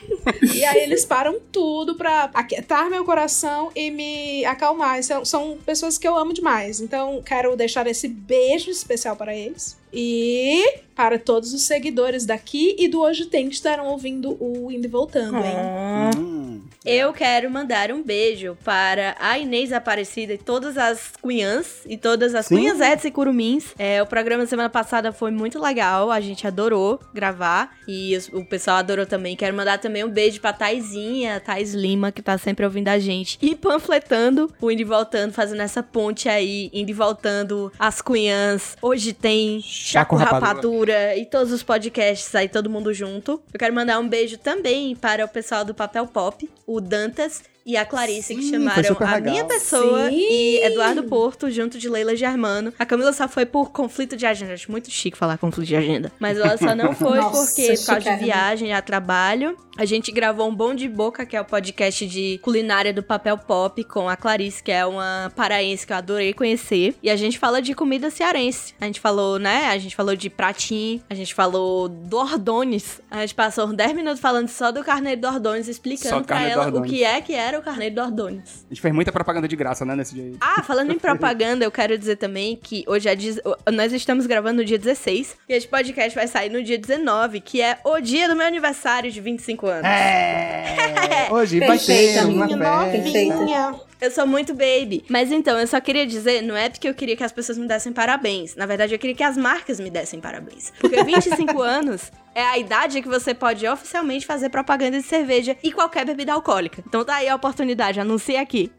[SPEAKER 4] e aí eles param tudo pra aquietar meu coração e me acalmar. São, são pessoas que eu amo demais. Então, quero deixar esse beijo especial para eles. E para todos os seguidores daqui e do Hoje Tem que estarão ouvindo o Indo e Voltando,
[SPEAKER 2] Ah.
[SPEAKER 4] hein?
[SPEAKER 1] Hum.
[SPEAKER 2] Eu quero mandar um beijo para a Inês Aparecida e todas as cunhãs e todas as
[SPEAKER 1] Sim.
[SPEAKER 2] cunhazetes e curumins. É, o programa semana passada foi muito legal, a gente adorou gravar e os- o pessoal adorou também. Quero mandar também um beijo pra Taizinha, Thais Lima, que tá sempre ouvindo a gente e panfletando o Indo e Voltando, fazendo essa ponte aí, Indo e Voltando, as cunhãs. Hoje tem
[SPEAKER 1] Chaco
[SPEAKER 2] Chaco,
[SPEAKER 1] Rapadura.
[SPEAKER 2] Rapadura. e todos os podcasts aí, todo mundo junto. Eu quero mandar um beijo também para o pessoal do Papel Pop, o Dantas e a Clarice, que
[SPEAKER 1] Sim, foi
[SPEAKER 2] chamaram
[SPEAKER 1] super
[SPEAKER 2] a
[SPEAKER 1] legal.
[SPEAKER 2] minha pessoa
[SPEAKER 4] Sim.
[SPEAKER 2] e Eduardo Porto, junto de Leila Germano. A Camila só foi por conflito de agenda. Acho muito chique falar conflito de agenda. Mas ela só não foi
[SPEAKER 3] Nossa,
[SPEAKER 2] porque por causa de
[SPEAKER 3] chiquérrimo.
[SPEAKER 2] viagem a trabalho. A gente gravou um Bom de Boca, que é o podcast de culinária do Papel Pop, com a Clarice, que é uma paraense que eu adorei conhecer. E a gente fala de comida cearense. A gente falou, né? A gente falou de pratim, a gente falou do Ordones. A gente passou uns 10 minutos falando só do carneiro do Ordones,
[SPEAKER 1] Só
[SPEAKER 2] explicando
[SPEAKER 1] do
[SPEAKER 2] pra
[SPEAKER 1] carneiro do
[SPEAKER 2] ela o
[SPEAKER 1] Ordones.
[SPEAKER 2] que é que era o carneiro do Ordones.
[SPEAKER 1] A gente fez muita propaganda de graça, né, nesse dia aí.
[SPEAKER 2] Ah, falando em propaganda, eu quero dizer também que hoje é. diz- Nós estamos gravando no dia 16 e esse podcast vai sair no dia 19, que é o dia do meu aniversário de 25 anos.
[SPEAKER 1] É! Hoje vai
[SPEAKER 3] Perfeita,
[SPEAKER 1] ter uma
[SPEAKER 3] menina,
[SPEAKER 1] festa.
[SPEAKER 3] perfeita.
[SPEAKER 2] Eu sou muito baby. Mas então, eu só queria dizer, não é porque eu queria que as pessoas me dessem parabéns. Na verdade, eu queria que as marcas me dessem parabéns. Porque 25 anos é a idade que você pode oficialmente fazer propaganda de cerveja e qualquer bebida alcoólica. Então tá aí a oportunidade, anuncie aqui.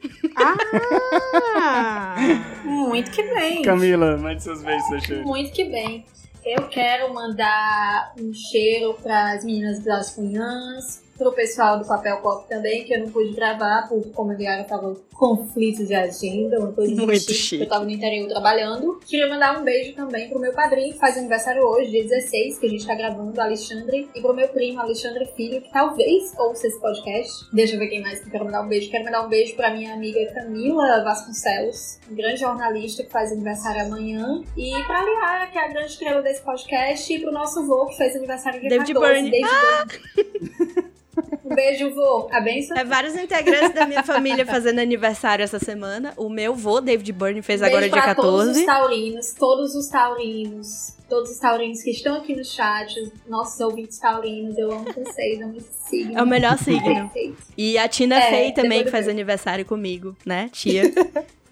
[SPEAKER 4] Ah!
[SPEAKER 3] Muito que bem.
[SPEAKER 1] Camila, mande seus beijos, seus cheiros.
[SPEAKER 3] Muito que bem. Eu quero mandar um cheiro para as meninas das Cunhãs, para o pessoal do Papel Pop também, que eu não pude gravar, porque como a Viara estava conflitos de agenda, uma coisa
[SPEAKER 2] Muito
[SPEAKER 3] que
[SPEAKER 2] chique.
[SPEAKER 3] Eu estava no interior trabalhando. Queria mandar um beijo também pro meu padrinho, que faz aniversário hoje, dia 16, que a gente tá gravando, Alexandre, e pro meu primo, Alexandre Filho, que talvez ouça esse podcast. Deixa eu ver quem mais que eu quero mandar um beijo. Quero mandar um beijo pra minha amiga Camila Vasconcelos, grande jornalista que faz aniversário amanhã, e pra Liara, que é a grande estrela desse podcast, e pro nosso vô, que fez aniversário dia
[SPEAKER 2] David
[SPEAKER 3] 14,
[SPEAKER 2] Byrne.
[SPEAKER 3] David Byrne. Um Beijo, vô. A benção.
[SPEAKER 2] É vários integrantes da minha família fazendo aniversário essa semana. O meu vô, David Byrne, fez agora é
[SPEAKER 3] Beijo
[SPEAKER 2] dia
[SPEAKER 3] pra todos os
[SPEAKER 2] 14.
[SPEAKER 3] taurinos, todos os taurinos, todos os taurinos que estão aqui no chat, os nossos ouvintes taurinos, eu amo vocês, amo esse signo.
[SPEAKER 2] É o melhor signo.
[SPEAKER 3] Perfeito.
[SPEAKER 2] E a Tina
[SPEAKER 3] É,
[SPEAKER 2] Fey também, que
[SPEAKER 3] depois do
[SPEAKER 2] faz
[SPEAKER 3] meu.
[SPEAKER 2] aniversário comigo, né, tia?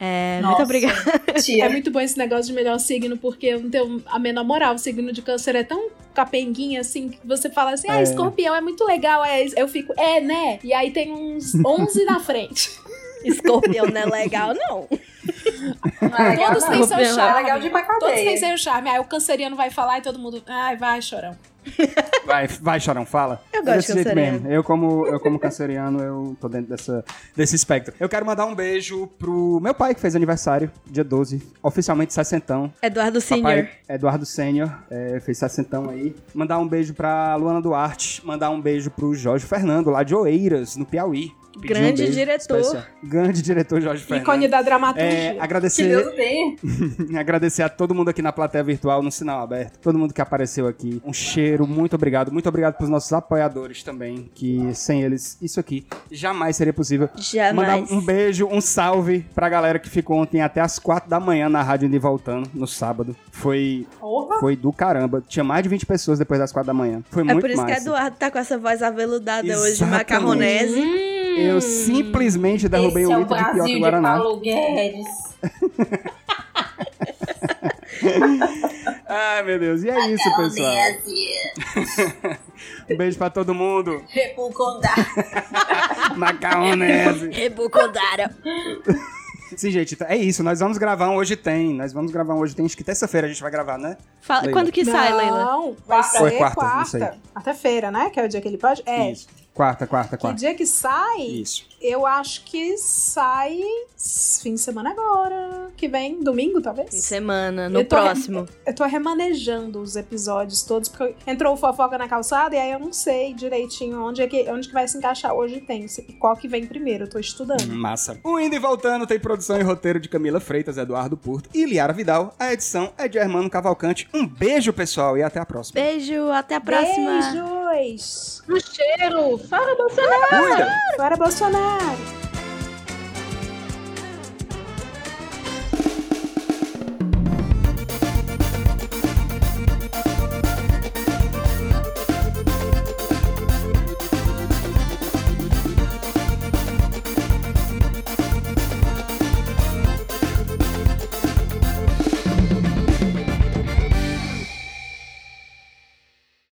[SPEAKER 2] É, muito
[SPEAKER 3] Nossa.
[SPEAKER 2] obrigada.
[SPEAKER 3] Tia.
[SPEAKER 4] É muito bom esse negócio de melhor signo, porque eu não tenho a menor moral. O signo de câncer é tão capenguinha assim que você fala assim: ah,
[SPEAKER 1] É.
[SPEAKER 4] escorpião é muito legal. É, eu fico, é, né? E aí tem uns 11 na frente.
[SPEAKER 2] Escorpião não é legal, não.
[SPEAKER 4] Todos têm seu
[SPEAKER 2] Escorpião é
[SPEAKER 4] charme.
[SPEAKER 3] Tá legal de ir pra cadeia.
[SPEAKER 4] Todos têm seu charme. Aí o canceriano vai falar e todo mundo, ai, vai, chorão.
[SPEAKER 1] Vai, vai, Chorão, fala.
[SPEAKER 2] Eu
[SPEAKER 1] É
[SPEAKER 2] gosto de
[SPEAKER 1] desse jeito
[SPEAKER 2] canceriano.
[SPEAKER 1] mesmo. Eu como, eu como canceriano, eu tô dentro dessa, desse espectro. Eu quero mandar um beijo pro meu pai, que fez aniversário, dia 12, oficialmente sessentão.
[SPEAKER 2] Eduardo Senior.
[SPEAKER 1] Papai Eduardo Sênior, é, fez sessentão aí. Mandar um beijo pra Luana Duarte, mandar um beijo pro Jorge Fernando, lá de Oeiras, no Piauí. Pedir um
[SPEAKER 2] Grande
[SPEAKER 1] beijo
[SPEAKER 2] diretor.
[SPEAKER 1] especial. Grande diretor Jorge Fernando.
[SPEAKER 4] Ícone da dramaturgia.
[SPEAKER 1] É,
[SPEAKER 3] Que
[SPEAKER 1] agradecer,
[SPEAKER 3] Deus tenha.
[SPEAKER 1] agradecer a todo mundo aqui na plateia virtual, no sinal aberto, todo mundo que apareceu aqui. Um cheiro, muito obrigado. Muito obrigado pros nossos apoiadores também, que sem eles, isso aqui jamais seria possível.
[SPEAKER 3] É
[SPEAKER 2] Jamais.
[SPEAKER 1] Mandar um beijo, um salve pra galera que ficou ontem até as quatro da manhã na rádio indo e voltando, no sábado. Foi,
[SPEAKER 3] Porra.
[SPEAKER 1] foi do caramba. Tinha mais de 20 pessoas depois das quatro da manhã. Foi
[SPEAKER 2] É
[SPEAKER 1] muito
[SPEAKER 2] por isso que
[SPEAKER 1] massa.
[SPEAKER 2] Eduardo tá com essa voz aveludada hoje, de
[SPEAKER 1] Exatamente.
[SPEAKER 2] macarronese.
[SPEAKER 1] Eu simplesmente derrubei
[SPEAKER 3] Hum.
[SPEAKER 1] um
[SPEAKER 3] Esse é o
[SPEAKER 1] litro de
[SPEAKER 3] Brasil
[SPEAKER 1] pioca
[SPEAKER 3] de
[SPEAKER 1] Guaraná.
[SPEAKER 3] Paulo Guedes.
[SPEAKER 1] Ai, meu Deus. E é isso, pessoal.
[SPEAKER 3] Brasil.
[SPEAKER 1] Um beijo pra todo mundo.
[SPEAKER 3] Repucondá.
[SPEAKER 1] Macarronese.
[SPEAKER 2] Rebucodara.
[SPEAKER 1] Sim, gente, é isso. Nós vamos gravar um Hoje Tem. Nós vamos gravar um Hoje Tem. Acho que terça-feira a gente vai gravar, né?
[SPEAKER 2] Fala,
[SPEAKER 1] Leila.
[SPEAKER 2] quando que sai, Leila?
[SPEAKER 4] Não, vai
[SPEAKER 1] Ou é
[SPEAKER 4] ser
[SPEAKER 1] quarta,
[SPEAKER 4] quarta.
[SPEAKER 1] não sei.
[SPEAKER 4] Quarta-feira, né? Que é o dia que ele pode. É.
[SPEAKER 1] Isso. Quarta, quarta,
[SPEAKER 4] Que
[SPEAKER 1] quarta.
[SPEAKER 4] dia é que sai?
[SPEAKER 1] Isso.
[SPEAKER 4] Eu acho que sai s- fim de semana agora. Que vem, domingo, talvez?
[SPEAKER 2] Em semana, no
[SPEAKER 4] Eu tô-
[SPEAKER 2] próximo.
[SPEAKER 4] Eu tô remanejando os episódios todos, porque entrou o fofoca na calçada e aí eu não sei direitinho onde é que, onde que vai se encaixar hoje tem. se- E qual que vem primeiro, eu tô estudando.
[SPEAKER 1] Hum, Massa. O Indo e Voltando tem produção e roteiro de Camila Freitas, Eduardo Porto e Liara Vidal. A edição é de Hermano Cavalcante. Um beijo, pessoal, e até a próxima.
[SPEAKER 2] Beijo, até a próxima.
[SPEAKER 4] Beijos!
[SPEAKER 7] Um cheiro! Fora do
[SPEAKER 1] Cuida!
[SPEAKER 4] Fora Bolsonaro!